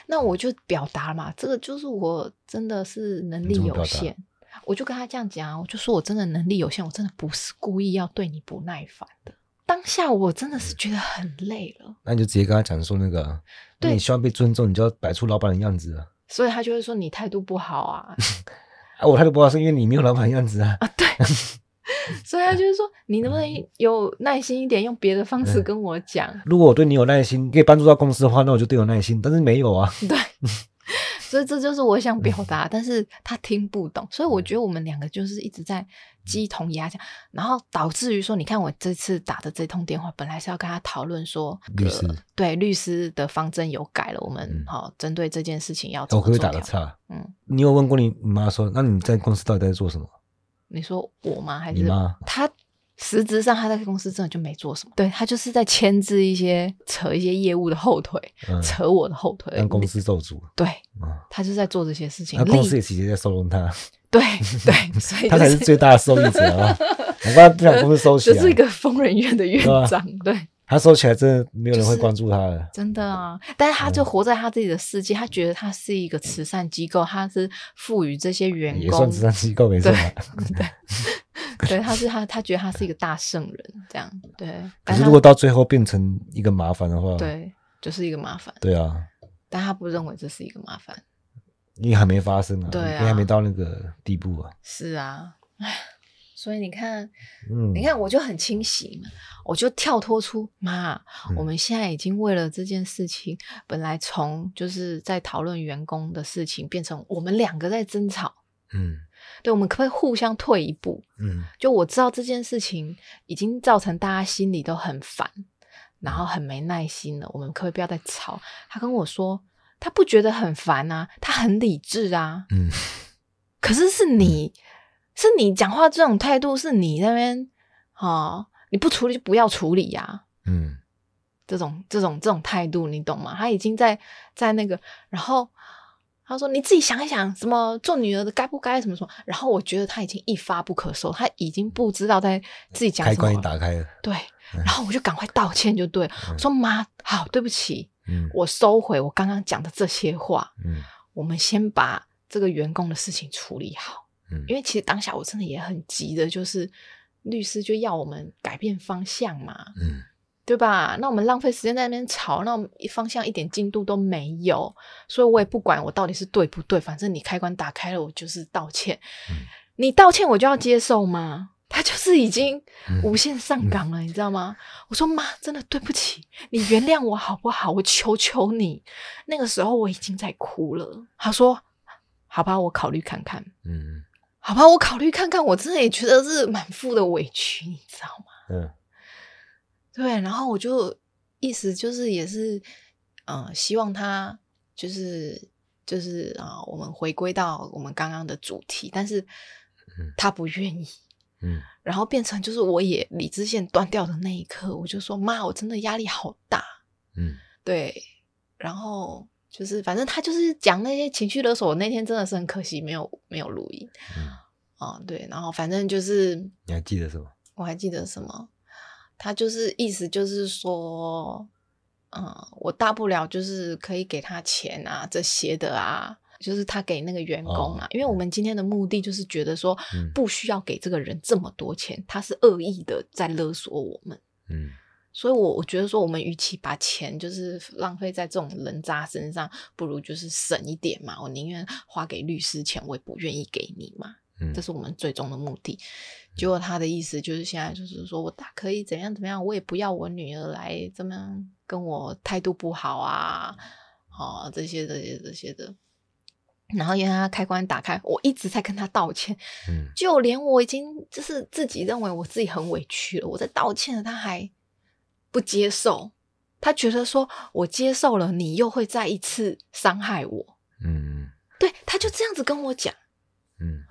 [SPEAKER 2] 那我就表达了嘛，这个就是我真的是能力
[SPEAKER 1] 你怎么
[SPEAKER 2] 有
[SPEAKER 1] 表达
[SPEAKER 2] 限，我就跟他这样讲啊，我就说我真的能力有限，我真的不是故意要对你不耐烦的。当下我真的是觉得很累了，
[SPEAKER 1] 那你就直接跟他讲说那个啊，
[SPEAKER 2] 对
[SPEAKER 1] 你希望被尊重，你就要摆出老板的样子啊。
[SPEAKER 2] 所以他就会说你态度不好啊，
[SPEAKER 1] 啊，我态度不好是因为你没有老板的样子啊。
[SPEAKER 2] 所以他就是说你能不能有耐心一点，用别的方
[SPEAKER 1] 嗯
[SPEAKER 2] 式跟我讲。
[SPEAKER 1] 如果我对你有耐心，可以帮助到公司的话，那我就对有耐心。但是没有啊，
[SPEAKER 2] 所以这就是我想表
[SPEAKER 1] 嗯
[SPEAKER 2] 达，但是他听不懂，所以我觉得我们两个就是一直在鸡同鸭讲，然后导致于说，你看我这次打的这通电话，本来是要跟他讨论说，
[SPEAKER 1] 律师
[SPEAKER 2] 呃对律师的方针有改了，我们
[SPEAKER 1] 嗯
[SPEAKER 2] 好、针对这件事情要怎
[SPEAKER 1] 我
[SPEAKER 2] 么
[SPEAKER 1] 可不可
[SPEAKER 2] 做
[SPEAKER 1] 以打个
[SPEAKER 2] 调
[SPEAKER 1] 岔？
[SPEAKER 2] 嗯，
[SPEAKER 1] 你有问过你你妈说，那你在公司到底在做什么？
[SPEAKER 2] 你说我吗？还
[SPEAKER 1] 你
[SPEAKER 2] 是
[SPEAKER 1] 妈
[SPEAKER 2] 他？实质上，他在公司真的就没做什么，对他就是在牵制一些、扯一些业务的后腿，
[SPEAKER 1] 嗯，
[SPEAKER 2] 扯我的后腿。
[SPEAKER 1] 当公司受主
[SPEAKER 2] 对
[SPEAKER 1] 啊，
[SPEAKER 2] 他就在做这些事情，
[SPEAKER 1] 那公司
[SPEAKER 2] 力
[SPEAKER 1] 也直接在收容他，
[SPEAKER 2] 对 对，所以、就是、
[SPEAKER 1] 他才是最大的受益者啊！难怪他不想公司收起
[SPEAKER 2] 这是一
[SPEAKER 1] 来，
[SPEAKER 2] 个疯人院的院长，对，
[SPEAKER 1] 他收起来真的没有人会
[SPEAKER 2] 就是
[SPEAKER 1] 关注他了。
[SPEAKER 2] 真的啊。但是他
[SPEAKER 1] 嗯
[SPEAKER 2] 就活在他自己的世界，他觉得他是一个慈善机构，他是赋予这些员
[SPEAKER 1] 也
[SPEAKER 2] 工
[SPEAKER 1] 算，慈善机构没错
[SPEAKER 2] 对
[SPEAKER 1] 啊，
[SPEAKER 2] 对，他是他，他觉得他是一个大圣人，这样对。
[SPEAKER 1] 可
[SPEAKER 2] 但
[SPEAKER 1] 是
[SPEAKER 2] 他
[SPEAKER 1] 如果到最后变成一个麻烦的话，
[SPEAKER 2] 对，就是一个麻烦，
[SPEAKER 1] 对啊，
[SPEAKER 2] 但他不认为这是一个麻烦。
[SPEAKER 1] 因为还没发生啊，
[SPEAKER 2] 对啊
[SPEAKER 1] 因为还没到那个地步啊。
[SPEAKER 2] 是啊，唉所以你看，
[SPEAKER 1] 嗯，
[SPEAKER 2] 你看，我就很清醒，我就跳脱出妈，
[SPEAKER 1] 嗯
[SPEAKER 2] 我们现在已经为了这件事情，本来从就是在讨论员工的事情，变成我们两个在争吵，
[SPEAKER 1] 嗯，
[SPEAKER 2] 对，我们可不可以互相退一步？
[SPEAKER 1] 嗯，
[SPEAKER 2] 就我知道这件事情已经造成大家心里都很烦，然后很没耐心了。我们可不可以不要再吵？他跟我说，他不觉得很烦啊，他很理智啊。
[SPEAKER 1] 嗯，
[SPEAKER 2] 可是是你，是你讲话这种态度，是你那边哦，你不处理就不要处理啊呀、
[SPEAKER 1] 嗯，
[SPEAKER 2] 这种这种这种态度，你懂吗？他已经在在那个，然后他说你自己想一想，什么做女儿的该不该什么什么。然后我觉得他已经一发不可收，他已经不知道在自己讲
[SPEAKER 1] 开
[SPEAKER 2] 什么
[SPEAKER 1] 关
[SPEAKER 2] 啊
[SPEAKER 1] 也
[SPEAKER 2] 了。
[SPEAKER 1] 打开了，
[SPEAKER 2] 对，然后我就赶快道歉，就对了
[SPEAKER 1] 嗯
[SPEAKER 2] 我说妈，好，对不起，
[SPEAKER 1] 嗯
[SPEAKER 2] 我收回我刚刚讲的这些话，
[SPEAKER 1] 嗯
[SPEAKER 2] 我们先把这个员工的事情处理好。
[SPEAKER 1] 嗯，
[SPEAKER 2] 因为其实当下我真的也很急的，就是律师就要我们改变方向嘛，
[SPEAKER 1] 嗯
[SPEAKER 2] 对吧？那我们浪费时间在那边吵，那我们一方向一点进度都没有，所以我也不管我到底是对不对，反正你开关打开了，我就是道歉。
[SPEAKER 1] 嗯
[SPEAKER 2] 你道歉我就要接受吗？他就是已经
[SPEAKER 1] 嗯
[SPEAKER 2] 无限上纲了，你知道吗？我说妈，真的对不起，你原谅我好不好？我求求你。那个时候我已经在哭了。他说：“好吧，我考虑看看。
[SPEAKER 1] 嗯
[SPEAKER 2] 好吧，我考虑看看。”我真的也觉得是满腹的委屈，你知道吗？
[SPEAKER 1] 嗯
[SPEAKER 2] 对，然后我就意思就是也是，呃，希望他就是就是啊、我们回归到我们刚刚的主题，但是
[SPEAKER 1] 嗯
[SPEAKER 2] 他不愿意，
[SPEAKER 1] 嗯
[SPEAKER 2] 然后变成就是我也理智线断掉的那一刻，我就说妈，我真的压力好大，
[SPEAKER 1] 嗯
[SPEAKER 2] 对，然后就是反正他就是讲那些情绪勒索，我那天真的是很可惜没有没有录音
[SPEAKER 1] 嗯，
[SPEAKER 2] 啊、对，然后反正就是
[SPEAKER 1] 你还记得什么？
[SPEAKER 2] 我还记得什么，他就是意思就是说，嗯，我大不了就是可以给他钱啊这些的啊，就是他给那个员工嘛，
[SPEAKER 1] 哦
[SPEAKER 2] 因为我们今天的目的就是觉得说
[SPEAKER 1] 嗯
[SPEAKER 2] 不需要给这个人这么多钱，他是恶意的在勒索我们。
[SPEAKER 1] 嗯
[SPEAKER 2] 所以我，我觉得说，我们与其把钱就是浪费在这种人渣身上，不如就是省一点嘛。我宁愿花给律师钱，我也不愿意给你嘛。
[SPEAKER 1] 嗯，
[SPEAKER 2] 这是我们最终的目的。结果他的意思就是现在就是说我大可以怎样怎么样，我也不要我女儿来这么样跟我态度不好啊，哦这些这些这些的。然后因为他开关打开，我一直在跟他道歉，
[SPEAKER 1] 嗯
[SPEAKER 2] 就连我已经就是自己认为我自己很委屈了，我在道歉了，他还不接受，他觉得说我接受了，你又会再一次伤害我，
[SPEAKER 1] 嗯
[SPEAKER 2] 对，他就这样子跟我讲。
[SPEAKER 1] 嗯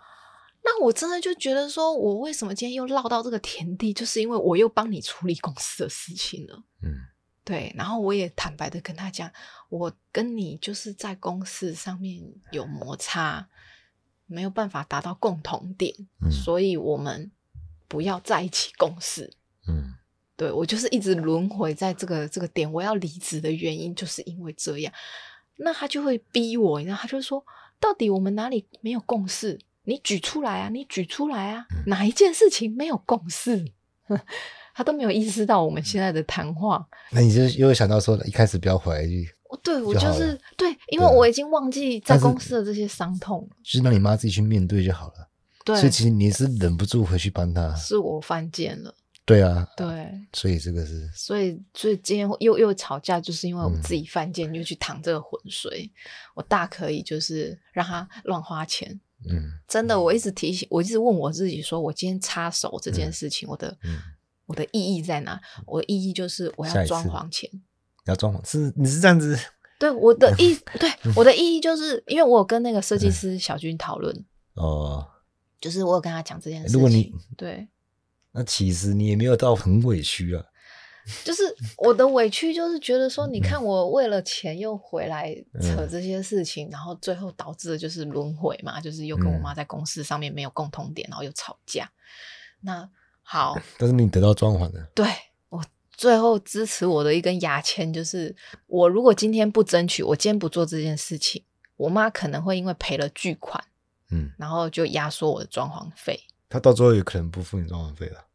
[SPEAKER 2] 那我真的就觉得说，我为什么今天又落到这个田地，就是因为我又帮你处理公司的事情了。
[SPEAKER 1] 嗯
[SPEAKER 2] 对，然后我也坦白的跟他讲，我跟你就是在公司上面有摩擦，没有办法达到共同点，
[SPEAKER 1] 嗯
[SPEAKER 2] 所以我们不要在一起共事。
[SPEAKER 1] 嗯
[SPEAKER 2] 对我就是一直轮回在这个这个点，我要离职的原因就是因为这样。那他就会逼我，你知道，他就说，到底我们哪里没有共识？你举出来啊，你举出来啊，
[SPEAKER 1] 嗯
[SPEAKER 2] 哪一件事情没有共识？ 他都没有意识到我们现在的谈话。
[SPEAKER 1] 那你就又想到说，一开始不要怀疑，
[SPEAKER 2] 我对我
[SPEAKER 1] 嗯就
[SPEAKER 2] 就
[SPEAKER 1] 好
[SPEAKER 2] 是
[SPEAKER 1] 了
[SPEAKER 2] 对，因
[SPEAKER 1] 对
[SPEAKER 2] 为
[SPEAKER 1] 啊
[SPEAKER 2] 我已经忘记在
[SPEAKER 1] 但是
[SPEAKER 2] 公司的这些伤痛了。
[SPEAKER 1] 就是让你妈自己去面对就好了。
[SPEAKER 2] 对，
[SPEAKER 1] 所以其实你是忍不住回去帮她。
[SPEAKER 2] 是我犯贱了。
[SPEAKER 1] 对啊，，
[SPEAKER 2] 对，
[SPEAKER 1] 所以这个是，
[SPEAKER 2] 所以所以今天又又吵架，就是因为我
[SPEAKER 1] 嗯
[SPEAKER 2] 自己犯贱，就去淌这个浑水。我大可以就是让他乱花钱。
[SPEAKER 1] 嗯
[SPEAKER 2] 真的，我一直提醒，我一直问我自己说，我今天插手这件事情，我的
[SPEAKER 1] 嗯，
[SPEAKER 2] 我的意义在哪？我的意义就是我
[SPEAKER 1] 下
[SPEAKER 2] 要
[SPEAKER 1] 一次
[SPEAKER 2] 装潢钱。
[SPEAKER 1] 要装潢是你是这样子，
[SPEAKER 2] 对我的 意，对我的意义就是因为我有跟那个设
[SPEAKER 1] 嗯
[SPEAKER 2] 计师小军讨论，
[SPEAKER 1] 哦，
[SPEAKER 2] 就是我有跟他讲这件事情。
[SPEAKER 1] 如果你
[SPEAKER 2] 对，
[SPEAKER 1] 那其实你也没有到很委屈啊，
[SPEAKER 2] 就是我的委屈，就是觉得说，你看我为了钱又回来扯这些事情，然后最后导致的就是轮回嘛，就是又跟我妈在公司上面没有共同点，然后又吵架。那好，
[SPEAKER 1] 但是你得到装潢了，
[SPEAKER 2] 对我最后支持我的一根牙签就是，我如果今天不争取，我今天不做这件事情，我妈可能会因为赔了巨款，
[SPEAKER 1] 嗯，
[SPEAKER 2] 然后就压缩我的装潢费。
[SPEAKER 1] 她到最后有可能不付你装潢费了，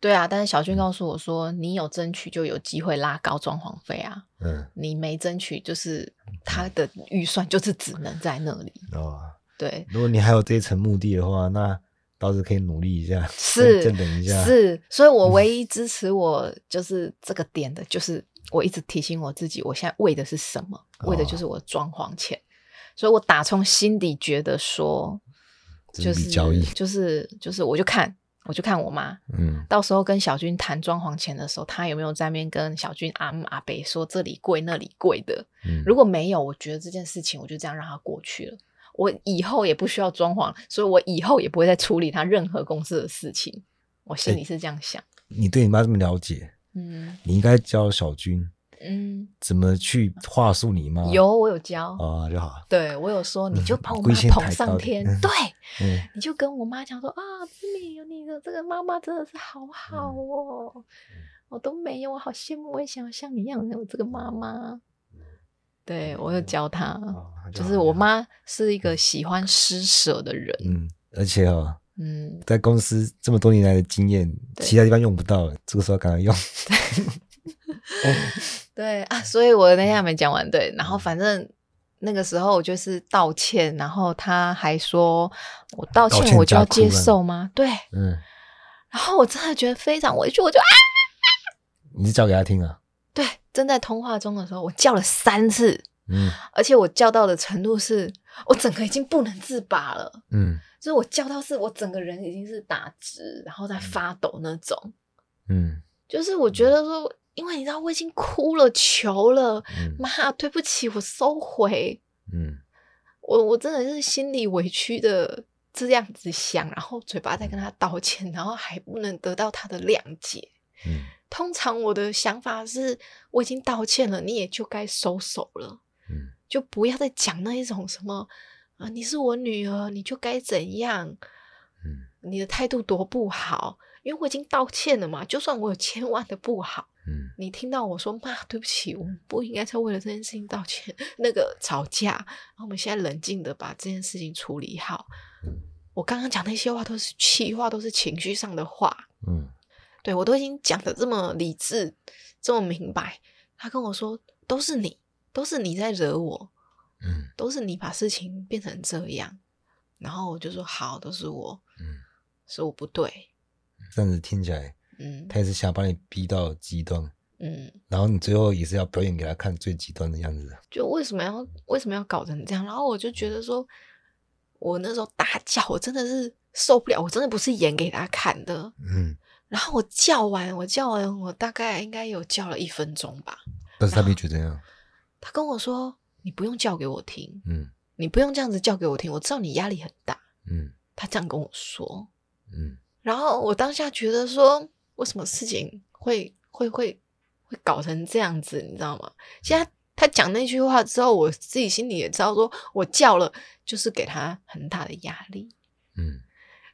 [SPEAKER 2] 对啊，但是小军告诉我说，你有争取就有机会拉高装潢费啊。
[SPEAKER 1] 嗯，
[SPEAKER 2] 你没争取，就是他的预算就是只能在那里。
[SPEAKER 1] 哦，
[SPEAKER 2] 对，
[SPEAKER 1] 如果你还有这一层目的的话，那倒是可以努力一下，
[SPEAKER 2] 是
[SPEAKER 1] 再再等一下，，嗯
[SPEAKER 2] 是，所以我唯一支持我就是这个点的，就是我一直提醒我自己，我现在为的是什么？
[SPEAKER 1] 哦
[SPEAKER 2] 为的就是我装潢钱。所以我打从心底觉得说，
[SPEAKER 1] 这
[SPEAKER 2] 就是
[SPEAKER 1] 笔交易，
[SPEAKER 2] 就是就是，我就看我就看我妈，
[SPEAKER 1] 嗯，
[SPEAKER 2] 到时候跟小军谈装潢钱的时候，他有没有在那边跟小军阿姆阿伯说这里贵那里贵的？
[SPEAKER 1] 嗯
[SPEAKER 2] 如果没有，我觉得这件事情我就这样让它过去了。我以后也不需要装潢，所以我以后也不会再处理他任何公司的事情。我
[SPEAKER 1] 哎
[SPEAKER 2] 心里是这样想，
[SPEAKER 1] 你对你妈这么了解，
[SPEAKER 2] 嗯
[SPEAKER 1] 你应该教小军
[SPEAKER 2] 嗯，
[SPEAKER 1] 怎么去话术你妈。
[SPEAKER 2] 有我有教，
[SPEAKER 1] 啊就好，
[SPEAKER 2] 对我有说你就
[SPEAKER 1] 嗯
[SPEAKER 2] 把我
[SPEAKER 1] 贵
[SPEAKER 2] 妈
[SPEAKER 1] 线
[SPEAKER 2] 捧
[SPEAKER 1] 抬
[SPEAKER 2] 上
[SPEAKER 1] 高点
[SPEAKER 2] 天，
[SPEAKER 1] 嗯
[SPEAKER 2] 对，
[SPEAKER 1] 嗯，
[SPEAKER 2] 你就跟我妈讲说啊，志敏，有你的这个妈妈真的是好好
[SPEAKER 1] 嗯
[SPEAKER 2] 哦，我都没有，我好羡慕，我也想要像你一样有这个妈妈。
[SPEAKER 1] 嗯
[SPEAKER 2] 对我有教她，
[SPEAKER 1] 啊
[SPEAKER 2] 嗯哦就是我，妈是一
[SPEAKER 1] 嗯
[SPEAKER 2] 个喜欢施舍的人，
[SPEAKER 1] 就好嗯，而且哦，
[SPEAKER 2] 嗯，
[SPEAKER 1] 在公司这么多年来的经验，
[SPEAKER 2] 对
[SPEAKER 1] 其他地方用不到了，这个时候赶快 用，
[SPEAKER 2] 对啊，所以我那天还没讲完，对，然后反正。那个时候我就是道歉，然后她还说：“我道
[SPEAKER 1] 道
[SPEAKER 2] 歉
[SPEAKER 1] 歉
[SPEAKER 2] 我就要
[SPEAKER 1] 加哭了
[SPEAKER 2] 接受吗？”对，
[SPEAKER 1] 嗯，
[SPEAKER 2] 然后我真的觉得非常委屈，我就啊，
[SPEAKER 1] 你是教给他听啊，
[SPEAKER 2] 对，正在通话中的时候，我叫了三次，
[SPEAKER 1] 嗯
[SPEAKER 2] 而且我叫到的程度是，我整个已经不能自拔了，
[SPEAKER 1] 嗯
[SPEAKER 2] 就是我叫到是我整个人已经是打直，然后在发抖那种。
[SPEAKER 1] 嗯
[SPEAKER 2] 就是我觉得说，因为你知道我已经哭了、求了，
[SPEAKER 1] 嗯
[SPEAKER 2] 妈，对不起，我收回，
[SPEAKER 1] 嗯，
[SPEAKER 2] 我我真的是心里委屈的这样子想，然后嘴巴在跟他道歉，然后还不能得到他的谅解。
[SPEAKER 1] 嗯
[SPEAKER 2] 通常我的想法是，我已经道歉了，你也就该收手了。
[SPEAKER 1] 嗯
[SPEAKER 2] 就不要再讲那一种什么啊、你是我女儿，你就该怎样，
[SPEAKER 1] 嗯
[SPEAKER 2] 你的态度多不好，因为我已经道歉了嘛。就算我有千万的不好，
[SPEAKER 1] 嗯
[SPEAKER 2] 你听到我说妈，对不起，我们不应该再为了这件事情道歉，那个吵架，然后我们现在冷静的把这件事情处理好。我刚刚讲那些话都是气话，都是情绪上的话，
[SPEAKER 1] 嗯
[SPEAKER 2] 对我都已经讲的这么理智，这么明白。他跟我说，都是你，都是你在惹我，
[SPEAKER 1] 嗯
[SPEAKER 2] 都是你把事情变成这样。然后我就说好，都是我，
[SPEAKER 1] 嗯，
[SPEAKER 2] 是我不对，
[SPEAKER 1] 这样子嗯听起来，
[SPEAKER 2] 嗯
[SPEAKER 1] 他也是想把你逼到极端，
[SPEAKER 2] 嗯，
[SPEAKER 1] 然后你最后也是要表演给他看最极端的样子，
[SPEAKER 2] 就为什么要为什么要搞成这样？然后我就觉得说，我那时候大叫，我真的是受不了，我真的不是演给他看的。
[SPEAKER 1] 嗯，
[SPEAKER 2] 然后我叫完，我叫完，我大概应该有叫了一分钟吧。
[SPEAKER 1] 但是他没觉得那样，
[SPEAKER 2] 他跟我说：“你不用叫给我听，
[SPEAKER 1] 嗯
[SPEAKER 2] 你不用这样子叫给我听，我知道你压力很大。
[SPEAKER 1] 嗯”
[SPEAKER 2] 他这样跟我说，
[SPEAKER 1] 嗯
[SPEAKER 2] 然后我当下觉得说，为什么事情会会会会搞成这样子，你知道吗？现在他讲那句话之后，我自己心里也知道说，我叫了就是给他很大的压力。
[SPEAKER 1] 嗯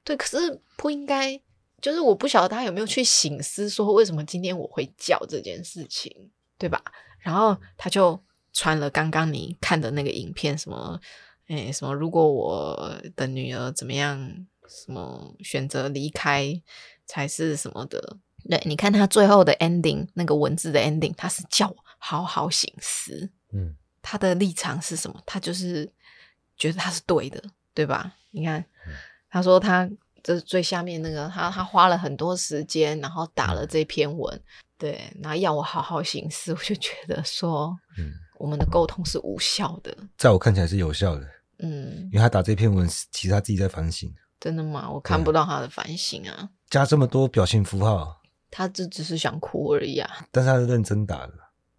[SPEAKER 2] 对，可是不应该，就是我不晓得他有没有去醒思说，为什么今天我会叫这件事情，对吧？然后他就传了刚刚你看的那个影片，什么，诶，什么，如果我的女儿怎么样，什么选择离开才是什么的。对，你看他最后的 ending 那个文字的 ending，他是叫我好好醒思，
[SPEAKER 1] 嗯
[SPEAKER 2] 他的立场是什么？他就是觉得他是对的，对吧？你看，他说他这最下面那个，他他花了很多时间，然后打了这篇文，对，然后要我好好行 思，我就觉得说
[SPEAKER 1] 嗯，
[SPEAKER 2] 我们的沟通是无效的。
[SPEAKER 1] 在我看起来是有效的，
[SPEAKER 2] 嗯
[SPEAKER 1] 因，为他打这篇文，其实他自己在反省，
[SPEAKER 2] 真的吗？我看不到他的反省啊，
[SPEAKER 1] 加这么多表情符号，
[SPEAKER 2] 他这只是想哭而已啊。
[SPEAKER 1] 但是他是认真打的，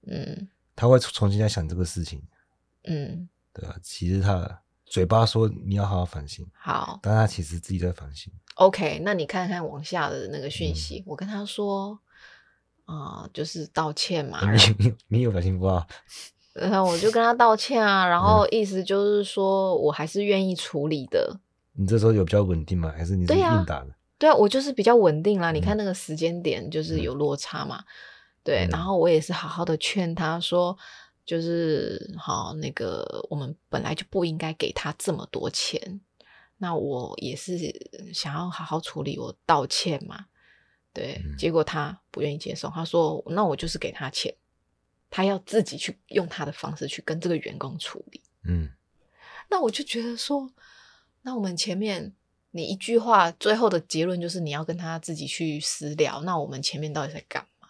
[SPEAKER 2] 嗯
[SPEAKER 1] 他会重新在想这个事情，
[SPEAKER 2] 嗯，
[SPEAKER 1] 对吧、其实他嘴巴说你要好好反省，
[SPEAKER 2] 好。
[SPEAKER 1] 但他其实自己在反省，
[SPEAKER 2] OK，那你看看往下的那个讯息，我跟他说，啊、就是道歉嘛，然后
[SPEAKER 1] 你有你有表情符号，
[SPEAKER 2] 然后我就跟他道歉啊，然后意思就是说我还是愿意处理的。
[SPEAKER 1] 你这时候有比较稳定吗？还是你是
[SPEAKER 2] 对
[SPEAKER 1] 硬
[SPEAKER 2] 呀
[SPEAKER 1] 打的？
[SPEAKER 2] 对啊，我就是比较稳定啦。你看那个时间点就是有落差嘛，对。
[SPEAKER 1] 嗯
[SPEAKER 2] 然后我也是好好的劝他说，就是好那个我们本来就不应该给他这么多钱，那我也是想要好好处理，我道歉嘛，对。
[SPEAKER 1] 嗯
[SPEAKER 2] 结果他不愿意接受，他说那我就是给他钱，他要自己去用他的方式去跟这个员工处理。
[SPEAKER 1] 嗯
[SPEAKER 2] 那我就觉得说，那我们前面你一句话，最后的结论就是你要跟他自己去私聊。那我们前面到底在干嘛？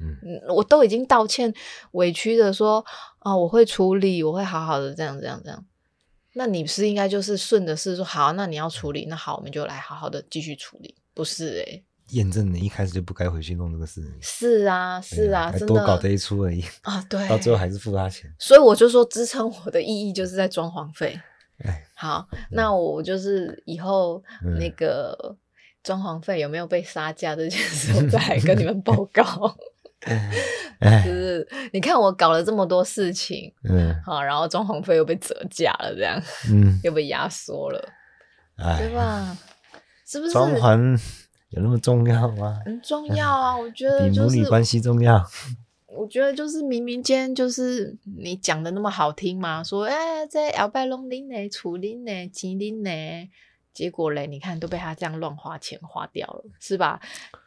[SPEAKER 1] 嗯
[SPEAKER 2] 嗯，我都已经道歉，委屈的说，啊、我会处理，我会好好的，这样这样这样。那你是应该就是顺着是说好，那你要处理，那好，我们就来好好的继续处理，不是、欸？诶，
[SPEAKER 1] 验证你一开始就不该回去弄这个事情。
[SPEAKER 2] 是啊，是啊，
[SPEAKER 1] 哎还
[SPEAKER 2] 真
[SPEAKER 1] 多搞这
[SPEAKER 2] 的
[SPEAKER 1] 一出而已，
[SPEAKER 2] 啊，对，
[SPEAKER 1] 到最后还是付他钱。
[SPEAKER 2] 所以我就说，支撑我的意义就是在装潢费
[SPEAKER 1] 哎。
[SPEAKER 2] 好，那我就是以后
[SPEAKER 1] 嗯
[SPEAKER 2] 那个装潢费有没有被杀价这件事，我再来跟你 们报告。就
[SPEAKER 1] 哎，
[SPEAKER 2] 是你看我搞了这么多事情，
[SPEAKER 1] 嗯
[SPEAKER 2] 好，然后装潢费又被折价了，这样
[SPEAKER 1] 嗯，
[SPEAKER 2] 又被压缩了，对
[SPEAKER 1] 哎，
[SPEAKER 2] 吧？是不是
[SPEAKER 1] 装潢有那么重要吗？
[SPEAKER 2] 很重要啊？我觉得
[SPEAKER 1] 比
[SPEAKER 2] 就
[SPEAKER 1] 母
[SPEAKER 2] 是
[SPEAKER 1] 女，关系重要？
[SPEAKER 2] 我觉得就是明明间就是你讲的那么好听嘛，说哎在鳌拜弄拎呢，处拎呢，吉拎呢，结果嘞，你看都被他这样乱花钱花掉了，是吧？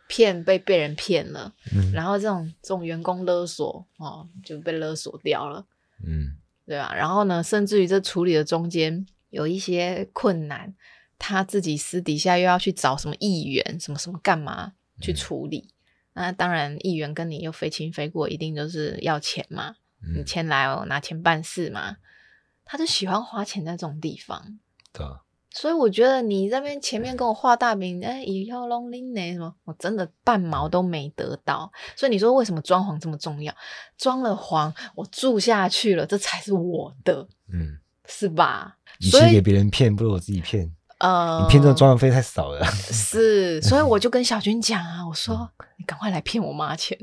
[SPEAKER 2] 骗被被人骗了，
[SPEAKER 1] 嗯
[SPEAKER 2] 然后这种这种员工勒索哦，就被勒索掉了。
[SPEAKER 1] 嗯
[SPEAKER 2] 对吧？然后呢，甚至于这处理的中间有一些困难，他自己私底下又要去找什么议员什么什么干嘛去处理。那当然，议员跟你又非亲非故，一定就是要钱嘛，你
[SPEAKER 1] 嗯，
[SPEAKER 2] 钱来哦，拿钱办事嘛。他就喜欢花钱在这种地方，
[SPEAKER 1] 对啊，
[SPEAKER 2] 所以我觉得你这边前面跟我画大饼，哎，以后 lonely 呢什么，我真的半毛都没得到。所以你说为什么装潢这么重要？装了潢，我住下去了，这才是我的。
[SPEAKER 1] 嗯，
[SPEAKER 2] 是吧？
[SPEAKER 1] 与
[SPEAKER 2] 所
[SPEAKER 1] 其给
[SPEAKER 2] 以
[SPEAKER 1] 别人骗，不如我自己骗。
[SPEAKER 2] 呃，
[SPEAKER 1] 你骗这个装潢费太少了。
[SPEAKER 2] 是，所以我就跟小军 讲啊，我说
[SPEAKER 1] 嗯
[SPEAKER 2] 你赶快来骗我妈钱，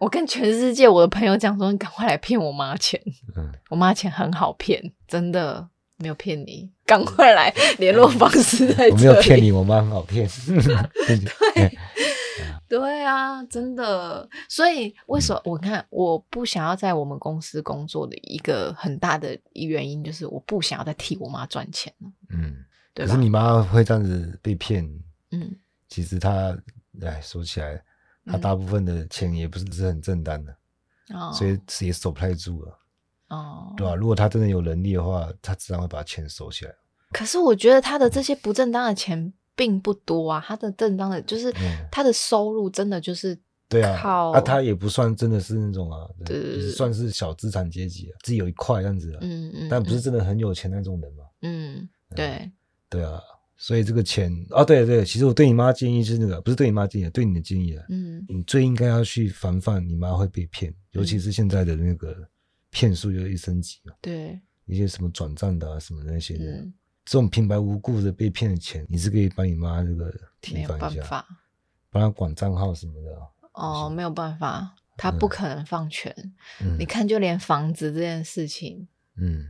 [SPEAKER 2] 我跟全世界我的朋友讲说，你赶快来骗我妈钱，
[SPEAKER 1] 嗯，
[SPEAKER 2] 我妈钱很好骗，真的没有骗你，赶 快来联络方式在这里。
[SPEAKER 1] 我没有骗你，我妈很好骗。
[SPEAKER 2] 对啊，真的。所以为什么
[SPEAKER 1] 嗯
[SPEAKER 2] 我看我不想要在我们公司工作的一个很大的原因，就是我不想要再替我妈赚钱了，
[SPEAKER 1] 嗯，
[SPEAKER 2] 对
[SPEAKER 1] 可
[SPEAKER 2] 吧
[SPEAKER 1] 是？你妈会这样子被骗，
[SPEAKER 2] 嗯，
[SPEAKER 1] 其实她，哎，说起来，她
[SPEAKER 2] 嗯
[SPEAKER 1] 大部分的钱也不是是很正当的，
[SPEAKER 2] 哦
[SPEAKER 1] 所以是也守不太住了，
[SPEAKER 2] 哦，
[SPEAKER 1] 对吧、如果她真的有能力的话，她自然会把钱收起来。
[SPEAKER 2] 可是我觉得他的这些不正当的钱并不多啊，他的正当的就是
[SPEAKER 1] 嗯
[SPEAKER 2] 他的收入真的就是
[SPEAKER 1] 对啊，
[SPEAKER 2] 靠
[SPEAKER 1] 啊，她也不算真的是那种啊，
[SPEAKER 2] 对对对
[SPEAKER 1] 就是算是小资产阶级、啊，自己有一块这样子、啊，
[SPEAKER 2] 嗯嗯，
[SPEAKER 1] 但不是真的很有钱那种人嘛，
[SPEAKER 2] 嗯嗯对
[SPEAKER 1] 对啊，所以这个钱啊，对对，其实我对你妈建议是那个，不是对你妈建议，对你的建议啊，
[SPEAKER 2] 嗯
[SPEAKER 1] 你最应该要去防范你妈会被骗，尤其是现在的那个骗术又一升级嘛，
[SPEAKER 2] 对
[SPEAKER 1] 一些什么转账的啊，什么那些的，
[SPEAKER 2] 嗯
[SPEAKER 1] 这种平白无故的被骗的钱，你是可以帮你妈这个
[SPEAKER 2] 没
[SPEAKER 1] 提
[SPEAKER 2] 有
[SPEAKER 1] 防
[SPEAKER 2] 办
[SPEAKER 1] 一下，
[SPEAKER 2] 法
[SPEAKER 1] 帮她管账号什么的啊、
[SPEAKER 2] 哦没有办法，他不可能放权。
[SPEAKER 1] 嗯，
[SPEAKER 2] 你看，就连房子这件事情，
[SPEAKER 1] 嗯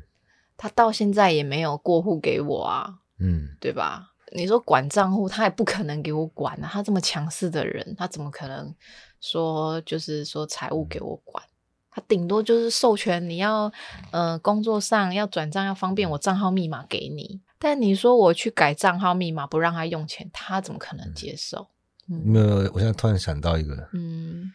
[SPEAKER 2] 他到现在也没有过户给我啊，
[SPEAKER 1] 嗯，
[SPEAKER 2] 对吧？你说管账户，他也不可能给我管啊，他这么强势的人，他怎么可能说就是说财务
[SPEAKER 1] 嗯
[SPEAKER 2] 给我管？他顶多就是授权你要，呃，工作上要转账要方便，我账号密码给你。但你说我去改账号密码不让他用钱，他怎么可能接受？嗯
[SPEAKER 1] 没有，我现在突然想到一个，
[SPEAKER 2] 嗯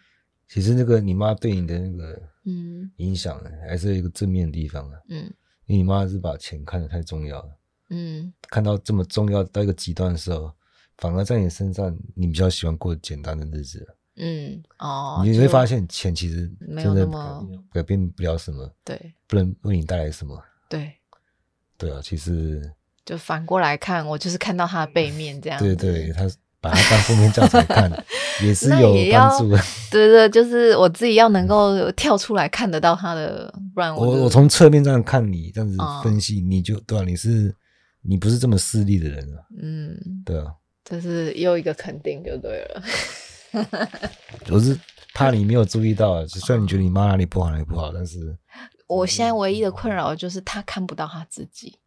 [SPEAKER 1] 其实那个你妈对你的那个
[SPEAKER 2] 嗯
[SPEAKER 1] 影响呢，还是有一个正面的地方啊，
[SPEAKER 2] 嗯
[SPEAKER 1] 因为你妈是把钱看得太重要了。
[SPEAKER 2] 嗯，
[SPEAKER 1] 看到这么重要到一个极端的时候，反而在你身上，你比较喜欢过简单的日子。
[SPEAKER 2] 嗯哦，
[SPEAKER 1] 你
[SPEAKER 2] 就
[SPEAKER 1] 会发现，钱其实
[SPEAKER 2] 没有
[SPEAKER 1] 真的
[SPEAKER 2] 那么
[SPEAKER 1] 改变不了什么，
[SPEAKER 2] 对
[SPEAKER 1] 不能为你带来什么。
[SPEAKER 2] 对，
[SPEAKER 1] 对啊，其实
[SPEAKER 2] 就反过来看，我就是看到他的背面这样
[SPEAKER 1] 对
[SPEAKER 2] 子。
[SPEAKER 1] 对，他把它当负面教材 看，也是
[SPEAKER 2] 那
[SPEAKER 1] 有
[SPEAKER 2] 也要
[SPEAKER 1] 帮助的。
[SPEAKER 2] 对对，就是我自己要能够跳出来看得到他的，不然
[SPEAKER 1] 我我
[SPEAKER 2] 我就
[SPEAKER 1] 从侧面这样看你，这样子
[SPEAKER 2] 哦
[SPEAKER 1] 分析，你就对啊，你是你不是这么势利的人啊，
[SPEAKER 2] 嗯，
[SPEAKER 1] 对啊，
[SPEAKER 2] 这是又一个肯定就对了。
[SPEAKER 1] 我是怕你没有注意到啊。虽然你觉得你妈哪里不好哪里不好，但是
[SPEAKER 2] 我现在唯一的困扰就是他看不到他自己，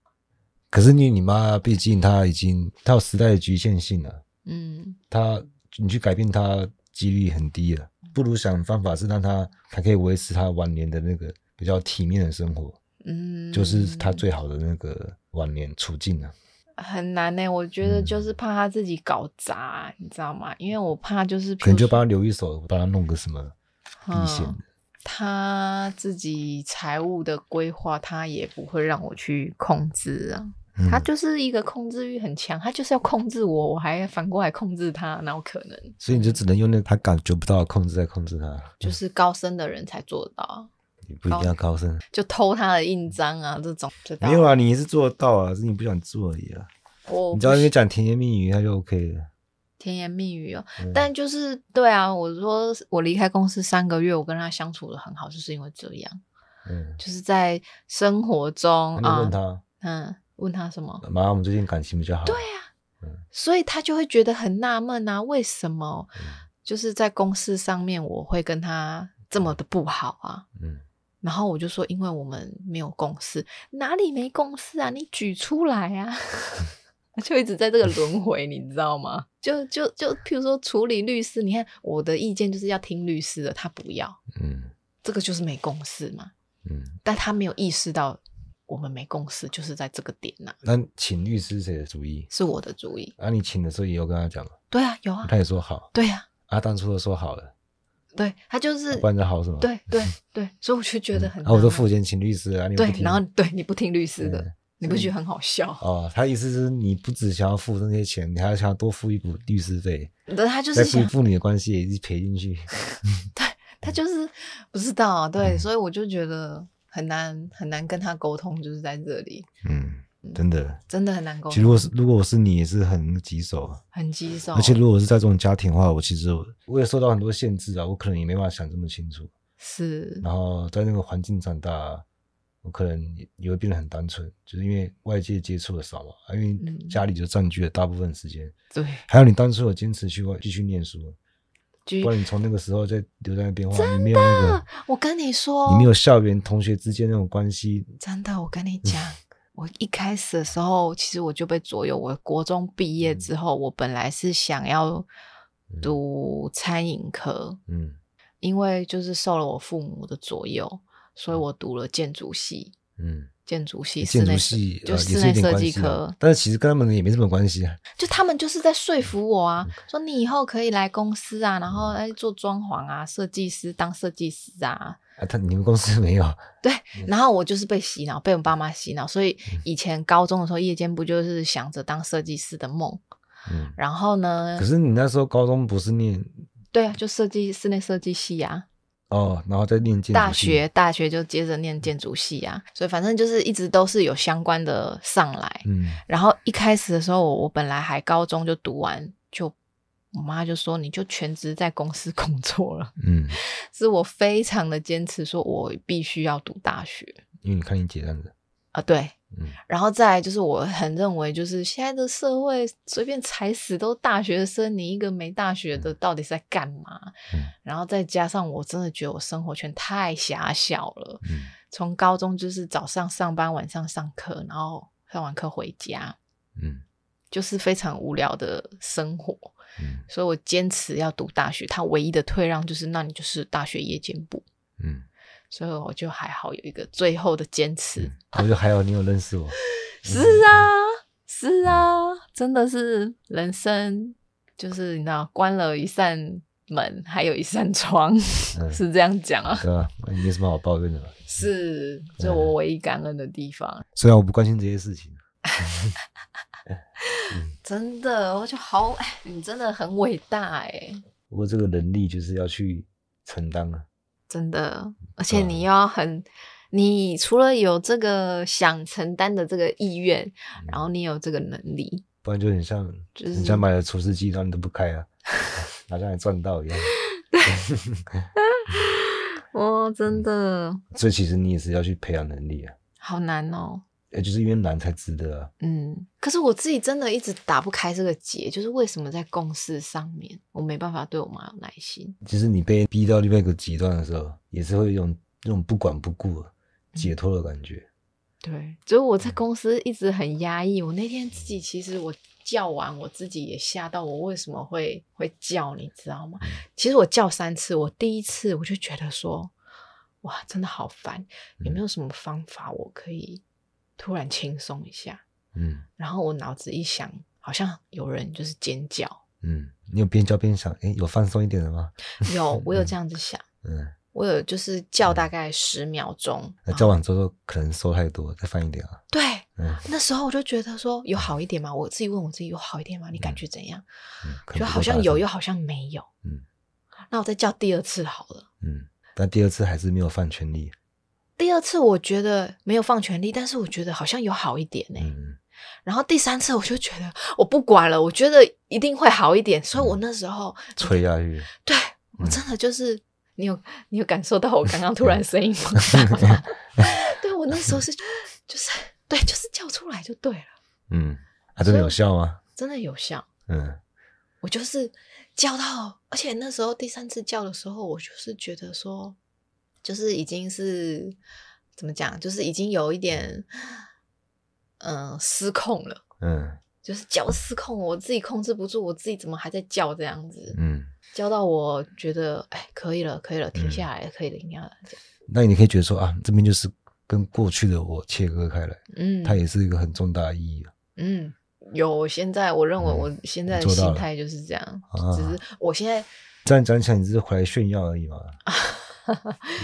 [SPEAKER 1] 可是你你妈毕竟她已经她有时代的局限性了，
[SPEAKER 2] 嗯
[SPEAKER 1] 她你去改变她几率很低了，不如想方法是让她还可以维持她晚年的那个比较体面的生活，
[SPEAKER 2] 嗯，
[SPEAKER 1] 就是她最好的那个晚年处境啊。
[SPEAKER 2] 很难呢、我觉
[SPEAKER 1] 嗯
[SPEAKER 2] 得就是怕他自己搞砸，你知道吗？因为我怕就是
[SPEAKER 1] 可能就帮
[SPEAKER 2] 把
[SPEAKER 1] 她留一手，帮她弄个什么避险的。
[SPEAKER 2] 嗯他自己财务的规划，他也不会让我去控制啊。
[SPEAKER 1] 嗯
[SPEAKER 2] 他就是一个控制欲很强，他就是要控制我，我还反过来控制他，哪有可能？
[SPEAKER 1] 所以你就只能用那个她感觉不到的控制在控制她，
[SPEAKER 2] 就是高深的人才做得到啊。
[SPEAKER 1] 也不一定要高深，
[SPEAKER 2] 就偷他的印章啊，这种知道
[SPEAKER 1] 没有啊，你也是做得到啊，只是你不想做而已啊。
[SPEAKER 2] 我
[SPEAKER 1] 你只要因为讲甜言蜜语，那就 OK 了。
[SPEAKER 2] 甜言蜜语哦，
[SPEAKER 1] 嗯
[SPEAKER 2] 但就是对啊，我说我离开公司三个月，我跟他相处的很好，就是因为这样，
[SPEAKER 1] 嗯，
[SPEAKER 2] 就是在生活中
[SPEAKER 1] 那你
[SPEAKER 2] 啊
[SPEAKER 1] 问，他，啊
[SPEAKER 2] 嗯，问他什么，啊
[SPEAKER 1] 妈，我们最近感情比较好。对
[SPEAKER 2] 所以他就会觉得很纳闷啊，为什么
[SPEAKER 1] 嗯
[SPEAKER 2] 就是在公司上面我会跟他这么的不好啊？
[SPEAKER 1] 嗯，
[SPEAKER 2] 然后我就说，因为我们没有共识，哪里没共识啊？你举出 来啊！就一直在这个轮回，你知道吗？就就就，譬如说处理律师，你看我的意见就是要听律师的，他不要，
[SPEAKER 1] 嗯
[SPEAKER 2] 这个就是没共识嘛。
[SPEAKER 1] 嗯，
[SPEAKER 2] 但他没有意识到我们没共识，就是在这个点呐、
[SPEAKER 1] 那请律师是谁的主意？
[SPEAKER 2] 是我的主意。
[SPEAKER 1] 啊，你请的时候也有跟他讲吗，
[SPEAKER 2] 对啊，有啊，
[SPEAKER 1] 他也说好，
[SPEAKER 2] 对啊，
[SPEAKER 1] 啊，当初都说好了，
[SPEAKER 2] 对他就是
[SPEAKER 1] 不然就好什么？嗯，
[SPEAKER 2] 对对对，所以我就觉得很
[SPEAKER 1] 啊，我
[SPEAKER 2] 纳
[SPEAKER 1] 说
[SPEAKER 2] 闷
[SPEAKER 1] 付钱请律师啊，你又
[SPEAKER 2] 对
[SPEAKER 1] 不，听
[SPEAKER 2] 然后对你不听律师的
[SPEAKER 1] 嗯，
[SPEAKER 2] 你不觉得很好笑？
[SPEAKER 1] 哦，他意思是你不只想要付那些钱，你还想要多付一笔律师费，
[SPEAKER 2] 但他就
[SPEAKER 1] 再
[SPEAKER 2] 是
[SPEAKER 1] 付
[SPEAKER 2] 想
[SPEAKER 1] 父女的关系也一起赔进去。
[SPEAKER 2] 他就是不知道啊，对，
[SPEAKER 1] 嗯
[SPEAKER 2] 所以我就觉得很难很难跟他沟通，就是在这里
[SPEAKER 1] 嗯，真的，
[SPEAKER 2] 真的很难沟
[SPEAKER 1] 其实如
[SPEAKER 2] 通，
[SPEAKER 1] 果是如果我是你，也是很棘手啊。
[SPEAKER 2] 很棘手。
[SPEAKER 1] 而且如果是在这种家庭的话，我其实我也受到很多限制啊，我可能也没办法想这么清楚。
[SPEAKER 2] 是
[SPEAKER 1] 然后在那个环境长大，我可能也也会变得很单纯，就是因为外界接触的少嘛，啊因为
[SPEAKER 2] 嗯
[SPEAKER 1] 家里就占据了大部分时间。
[SPEAKER 2] 对，
[SPEAKER 1] 还有你当初有坚持去外继续念书，
[SPEAKER 2] 就
[SPEAKER 1] 不然你从那个时候再留在那边的话，你没有那个，
[SPEAKER 2] 我跟你说，
[SPEAKER 1] 你没有嗯校园同学之间那种关系，
[SPEAKER 2] 真的，我跟你讲，我一开始的时候，其实我就被左右。我国中毕
[SPEAKER 1] 嗯
[SPEAKER 2] 业之后，我本来是想要读餐饮科，
[SPEAKER 1] 嗯
[SPEAKER 2] 因为就是受了我父母的左右，所以我读了建筑系。
[SPEAKER 1] 嗯，
[SPEAKER 2] 建筑系，室
[SPEAKER 1] 建筑
[SPEAKER 2] 内设
[SPEAKER 1] 系
[SPEAKER 2] 就
[SPEAKER 1] 呃也
[SPEAKER 2] 室
[SPEAKER 1] 是有
[SPEAKER 2] 内
[SPEAKER 1] 点
[SPEAKER 2] 设
[SPEAKER 1] 关
[SPEAKER 2] 计
[SPEAKER 1] 系
[SPEAKER 2] 科
[SPEAKER 1] 啊，，但是其实跟他们也没什么关系啊。
[SPEAKER 2] 就他们就是在说服我啊，说你以后可以来公司啊，然后哎做装潢啊，设计师当设计师啊，
[SPEAKER 1] 啊，他你们公司没有，
[SPEAKER 2] 对。
[SPEAKER 1] 嗯
[SPEAKER 2] 然后我就是被洗脑，被我爸妈洗脑，所以以前高中的时候，夜间不就是想着当设计师的梦，
[SPEAKER 1] 嗯，
[SPEAKER 2] 然后呢
[SPEAKER 1] 可，是你那时候高中不是念
[SPEAKER 2] 对啊，就设计室内设计系啊，
[SPEAKER 1] 哦，然后再念建筑
[SPEAKER 2] 大
[SPEAKER 1] 系
[SPEAKER 2] 学，大学就接着念建筑系啊，所以反正就是一直都是有相关的上来，
[SPEAKER 1] 嗯
[SPEAKER 2] 然后一开始的时候，我我本来还高中就读完，就我妈就说你就全职在公司工作了。
[SPEAKER 1] 嗯，
[SPEAKER 2] 是我非常的坚持，说我必须要读大学
[SPEAKER 1] 因为你看你姐这样子，
[SPEAKER 2] 啊，对。
[SPEAKER 1] 嗯
[SPEAKER 2] 然后再来就是，我很认为，就是现在的社会随便踩死都大学生，你一个没大学的到底是在干嘛？
[SPEAKER 1] 嗯
[SPEAKER 2] 然后再加上，我真的觉得我生活圈太狭小了，
[SPEAKER 1] 嗯
[SPEAKER 2] 从高中就是早上上班，晚上上课，然后上完课回家，
[SPEAKER 1] 嗯
[SPEAKER 2] 就是非常无聊的生活。
[SPEAKER 1] 嗯
[SPEAKER 2] 所以我坚持要读大学，他唯一的退让就是，那你就是大学夜间部。
[SPEAKER 1] 嗯，
[SPEAKER 2] 所以我就还好有一个最后的坚持。
[SPEAKER 1] 我就还有你有认识我，
[SPEAKER 2] 是啊，
[SPEAKER 1] 嗯
[SPEAKER 2] 是啊，真的是人生，就是你知道，关了一扇门，还有一扇窗，
[SPEAKER 1] 嗯
[SPEAKER 2] 是这样讲啊。
[SPEAKER 1] 对吧？那你没什么好抱怨的嘛。
[SPEAKER 2] 是，这
[SPEAKER 1] 嗯
[SPEAKER 2] 我唯一感恩的地方。
[SPEAKER 1] 虽然我不关心这些事情，
[SPEAKER 2] 真的，我就好，哎你真的很伟大哎、
[SPEAKER 1] 不过这个能力就是要去承担啊。
[SPEAKER 2] 真的，而且
[SPEAKER 1] 嗯
[SPEAKER 2] 你要很。你除了有这个想承担的这个意愿，然后你有这个能力，
[SPEAKER 1] 嗯不然就很像，
[SPEAKER 2] 就是
[SPEAKER 1] 你像买了除湿机，然后你都不开啊， 好像你赚到一样。
[SPEAKER 2] 哦，
[SPEAKER 1] 嗯
[SPEAKER 2] 真的
[SPEAKER 1] 所以其实你也是要去培养能力啊，
[SPEAKER 2] 好难哦。
[SPEAKER 1] 也就是因为难才值得啊。
[SPEAKER 2] 嗯，可是我自己真的一直打不开这个结，就是为什么在共事上面我没办法对我妈有耐心？
[SPEAKER 1] 其实你被逼到另外一个极端的时候，也是会有一种那种不管不顾、啊
[SPEAKER 2] 嗯
[SPEAKER 1] 解脱的感觉。
[SPEAKER 2] 对，嗯所以我在公司一直很压抑。我那天自己其实我叫完，我自己也吓到，我为什么会会叫，你知道吗？其实我叫三次，我第一次我就觉得说，哇，真的好烦，有没有什么方法我可以突然轻松一下？
[SPEAKER 1] 嗯
[SPEAKER 2] 然后我脑子一想，好像有人就是尖叫，
[SPEAKER 1] 嗯，你有边教边想，诶，有放松一点的吗？
[SPEAKER 2] 有我有 这样子想。
[SPEAKER 1] 嗯，
[SPEAKER 2] 我有就是叫大概十秒钟，
[SPEAKER 1] 那
[SPEAKER 2] 然
[SPEAKER 1] 教
[SPEAKER 2] 后
[SPEAKER 1] 完之后可能收太多，再放一点啊。
[SPEAKER 2] 对，
[SPEAKER 1] 嗯，
[SPEAKER 2] 那时候我就觉得说有好一点吗？我自己问我自己有好一点吗？你感觉怎样？
[SPEAKER 1] 嗯可能
[SPEAKER 2] 就
[SPEAKER 1] 不够
[SPEAKER 2] 好像
[SPEAKER 1] 大
[SPEAKER 2] 有，
[SPEAKER 1] 声
[SPEAKER 2] 又好像没有。
[SPEAKER 1] 嗯，
[SPEAKER 2] 那我再叫第二次好了。
[SPEAKER 1] 嗯，但第二次还是没有放全力。
[SPEAKER 2] 第二次我觉得没有放权利，但是我觉得好像有好一点呢、
[SPEAKER 1] 嗯，
[SPEAKER 2] 然后第三次我就觉得我不管了，我觉得一定会好一点，所以我那时候
[SPEAKER 1] 吹下去，
[SPEAKER 2] 对我
[SPEAKER 1] 啊嗯
[SPEAKER 2] 真的就是，你有你有感受到我 刚刚突然声音放大吗？ 对我那时候是就是对，就是叫出来就对了，
[SPEAKER 1] 嗯，啊，真的有效吗？
[SPEAKER 2] 真的有效。
[SPEAKER 1] 嗯
[SPEAKER 2] 我就是叫到，而且那时候第三次叫的时候，我就是觉得说，就是已经是怎么讲，就是已经有一点嗯、呃失控了。
[SPEAKER 1] 嗯
[SPEAKER 2] 就是叫失控，我自己控制不住，我自己怎么还在叫这样子？
[SPEAKER 1] 嗯，
[SPEAKER 2] 叫到我觉得，哎，可以了，可以了，停下来，可以了，停下来。这样
[SPEAKER 1] 那你可以觉得说啊，这边就是跟过去的我切割开来，
[SPEAKER 2] 嗯，
[SPEAKER 1] 它也是一个很重大的意义啊。
[SPEAKER 2] 嗯，有，现在我认为
[SPEAKER 1] 嗯
[SPEAKER 2] 我现在的
[SPEAKER 1] 做到
[SPEAKER 2] 心
[SPEAKER 1] 了
[SPEAKER 2] 态就是这样，
[SPEAKER 1] 啊
[SPEAKER 2] 只是我现在
[SPEAKER 1] 这样讲起来，你只是回来炫耀而 已嘛，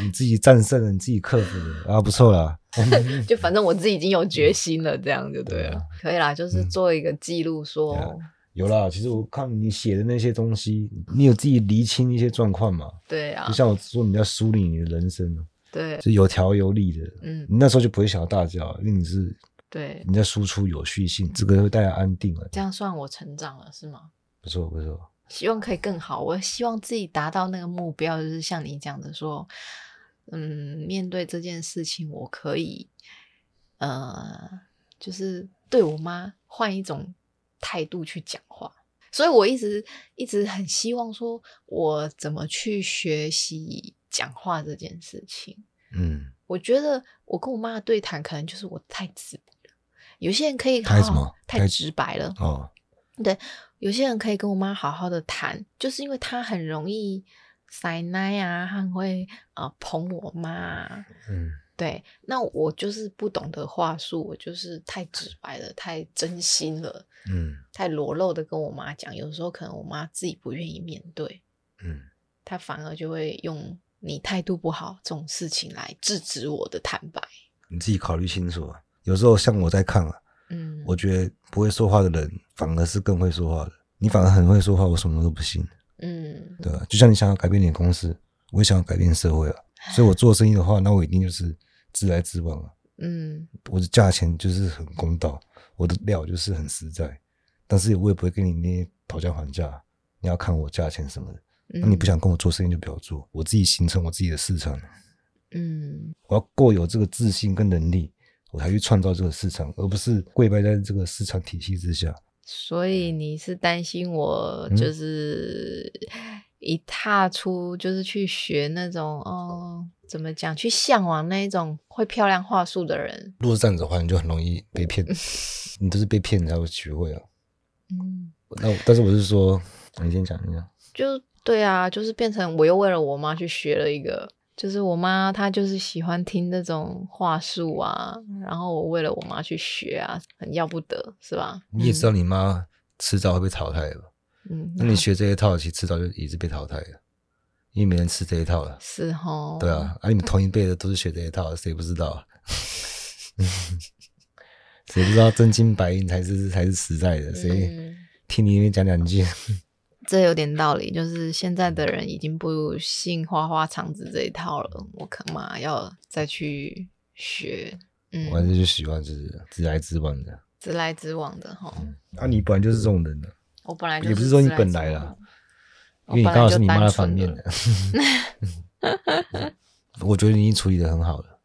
[SPEAKER 1] 你自己战胜了，你自己克服了啊，不错 啦。
[SPEAKER 2] 就反正我自己已经有决心了，这样就对
[SPEAKER 1] 对
[SPEAKER 2] 了
[SPEAKER 1] 啊，
[SPEAKER 2] 可以啦，就是
[SPEAKER 1] 嗯
[SPEAKER 2] 做一个记录，说
[SPEAKER 1] 对啊有啦，其实我看你写的那些东西，你有自己厘清一些状况嘛？
[SPEAKER 2] 对啊
[SPEAKER 1] 就，像我说，你在梳理你的人生，哦
[SPEAKER 2] 对，
[SPEAKER 1] 是有条有理的。
[SPEAKER 2] 嗯，
[SPEAKER 1] 你那时候就不会想要大叫，因为你是
[SPEAKER 2] 对，
[SPEAKER 1] 你在输出有序性，这个会带来安定啊。
[SPEAKER 2] 这样算我成长了是吗？
[SPEAKER 1] 不错不错，
[SPEAKER 2] 希望可以更好，我希望自己达到那个目标，就是像你讲的说，嗯，面对这件事情，我可以，呃，就是对我妈换一种态度去讲话。所以我一直一直很希望说，我怎么去学习讲话这件事情。
[SPEAKER 1] 嗯，
[SPEAKER 2] 我觉得我跟我妈的对谈，可能就是我太直白了。有些人可以
[SPEAKER 1] 太
[SPEAKER 2] 好
[SPEAKER 1] 什么
[SPEAKER 2] 太
[SPEAKER 1] 太
[SPEAKER 2] 直白了，
[SPEAKER 1] 哦，
[SPEAKER 2] 有些人可以跟我妈好好的谈，就是因为她很容易塞奶啊，她很会呃捧我妈、啊。
[SPEAKER 1] 嗯
[SPEAKER 2] 对，那我就是不懂得话术，我就是太直白了，太真心了，
[SPEAKER 1] 嗯
[SPEAKER 2] 太裸露的跟我妈讲。有时候可能我妈自己不愿意面对，
[SPEAKER 1] 嗯
[SPEAKER 2] 她反而就会用你态度不好这种事情来制止我的坦白。
[SPEAKER 1] 你自己考虑清楚啊。有时候像我在看啊，
[SPEAKER 2] 嗯，
[SPEAKER 1] 我觉得不会说话的人反而是更会说话的。你反而很会说话，我什么都不信，
[SPEAKER 2] 嗯
[SPEAKER 1] 对吧、就像你想要改变你的公司，我也想要改变社会啊。所以我做生意的话，那我一定就是直来直往啊。
[SPEAKER 2] 嗯
[SPEAKER 1] 我的价钱就是很公道，我的料就是很实在，但是我也不会跟你那些讨价还价。你要看我价钱什么的，那
[SPEAKER 2] 嗯，
[SPEAKER 1] 你不想跟我做生意就不要做，我自己形成我自己的市场，
[SPEAKER 2] 嗯
[SPEAKER 1] 我要够有这个自信跟能力，我才去创造这个市场，而不是跪拜在这个市场体系之下。
[SPEAKER 2] 所以你是担心我
[SPEAKER 1] 嗯
[SPEAKER 2] 就是一踏出就是去学那种哦，怎么讲，去向往那一种会漂亮话术的人。
[SPEAKER 1] 如果是这样子的话，你就很容易被骗，你都是被骗才会学会啊。
[SPEAKER 2] 嗯，
[SPEAKER 1] 那我但是我是说，你先讲一下，
[SPEAKER 2] 就对啊，就是变成我又为了我妈去学了一个，就是我妈她就是喜欢听那种话术啊，然后我为了我妈去学啊，很要不得是吧？
[SPEAKER 1] 你也知道你妈迟早会被淘汰的吧。
[SPEAKER 2] 嗯，
[SPEAKER 1] 那
[SPEAKER 2] 嗯，
[SPEAKER 1] 你学这一套，其实迟早就已经被淘汰了，因为没人吃这一套了。
[SPEAKER 2] 是哦，
[SPEAKER 1] 对啊，啊，你们同一辈的都是学这一套，谁不知道啊？ 谁不知道真金白银才是才是实在的？
[SPEAKER 2] 嗯，
[SPEAKER 1] 谁听你那边讲两句？
[SPEAKER 2] 这有点道理，就是现在的人已经不信花花肠子这一套了，我可嘛要再去学，嗯
[SPEAKER 1] 我，还是就喜欢就是直来直往的。
[SPEAKER 2] 直来直往的哈。
[SPEAKER 1] 啊，你本来就是这种人的，
[SPEAKER 2] 我本来就
[SPEAKER 1] 也不是
[SPEAKER 2] 是
[SPEAKER 1] 说你
[SPEAKER 2] 直
[SPEAKER 1] 本
[SPEAKER 2] 直
[SPEAKER 1] 来啦
[SPEAKER 2] 往，
[SPEAKER 1] 因为你
[SPEAKER 2] 嗯我本来
[SPEAKER 1] 刚好是
[SPEAKER 2] 就
[SPEAKER 1] 你妈
[SPEAKER 2] 单
[SPEAKER 1] 的
[SPEAKER 2] 纯
[SPEAKER 1] 反面
[SPEAKER 2] 的
[SPEAKER 1] 的。 我觉得你已经处理的很好了，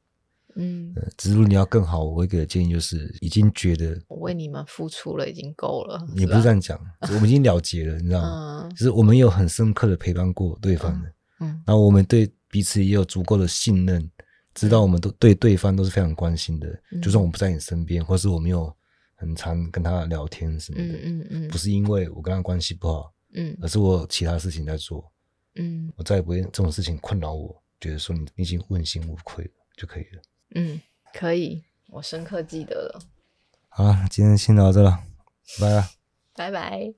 [SPEAKER 2] 嗯，
[SPEAKER 1] 呃只是如果你要更好，我会给的建议就是，已经觉得
[SPEAKER 2] 我为你们付出了，已经够了。
[SPEAKER 1] 也不是这
[SPEAKER 2] 吧
[SPEAKER 1] 样 讲，我们已经了结了，你知道吗？
[SPEAKER 2] 嗯
[SPEAKER 1] 就是我们有很深刻的陪伴过对方的，
[SPEAKER 2] 嗯
[SPEAKER 1] 然后我们对彼此也有足够的信任，知道我们都对对方都是非常关心的。
[SPEAKER 2] 嗯
[SPEAKER 1] 就算我们不在你身边，或是我没有很常跟他聊天什么的，
[SPEAKER 2] 嗯嗯嗯
[SPEAKER 1] 不是因为我跟他关系不好，
[SPEAKER 2] 嗯
[SPEAKER 1] 而是我有其他事情在做，
[SPEAKER 2] 嗯
[SPEAKER 1] 我再也不会这种事情困扰我。觉得说你已经问心无愧了就可以了。
[SPEAKER 2] 嗯，可以，我深刻记得了。
[SPEAKER 1] 好了，今天先聊到这了，拜拜。
[SPEAKER 2] 拜拜。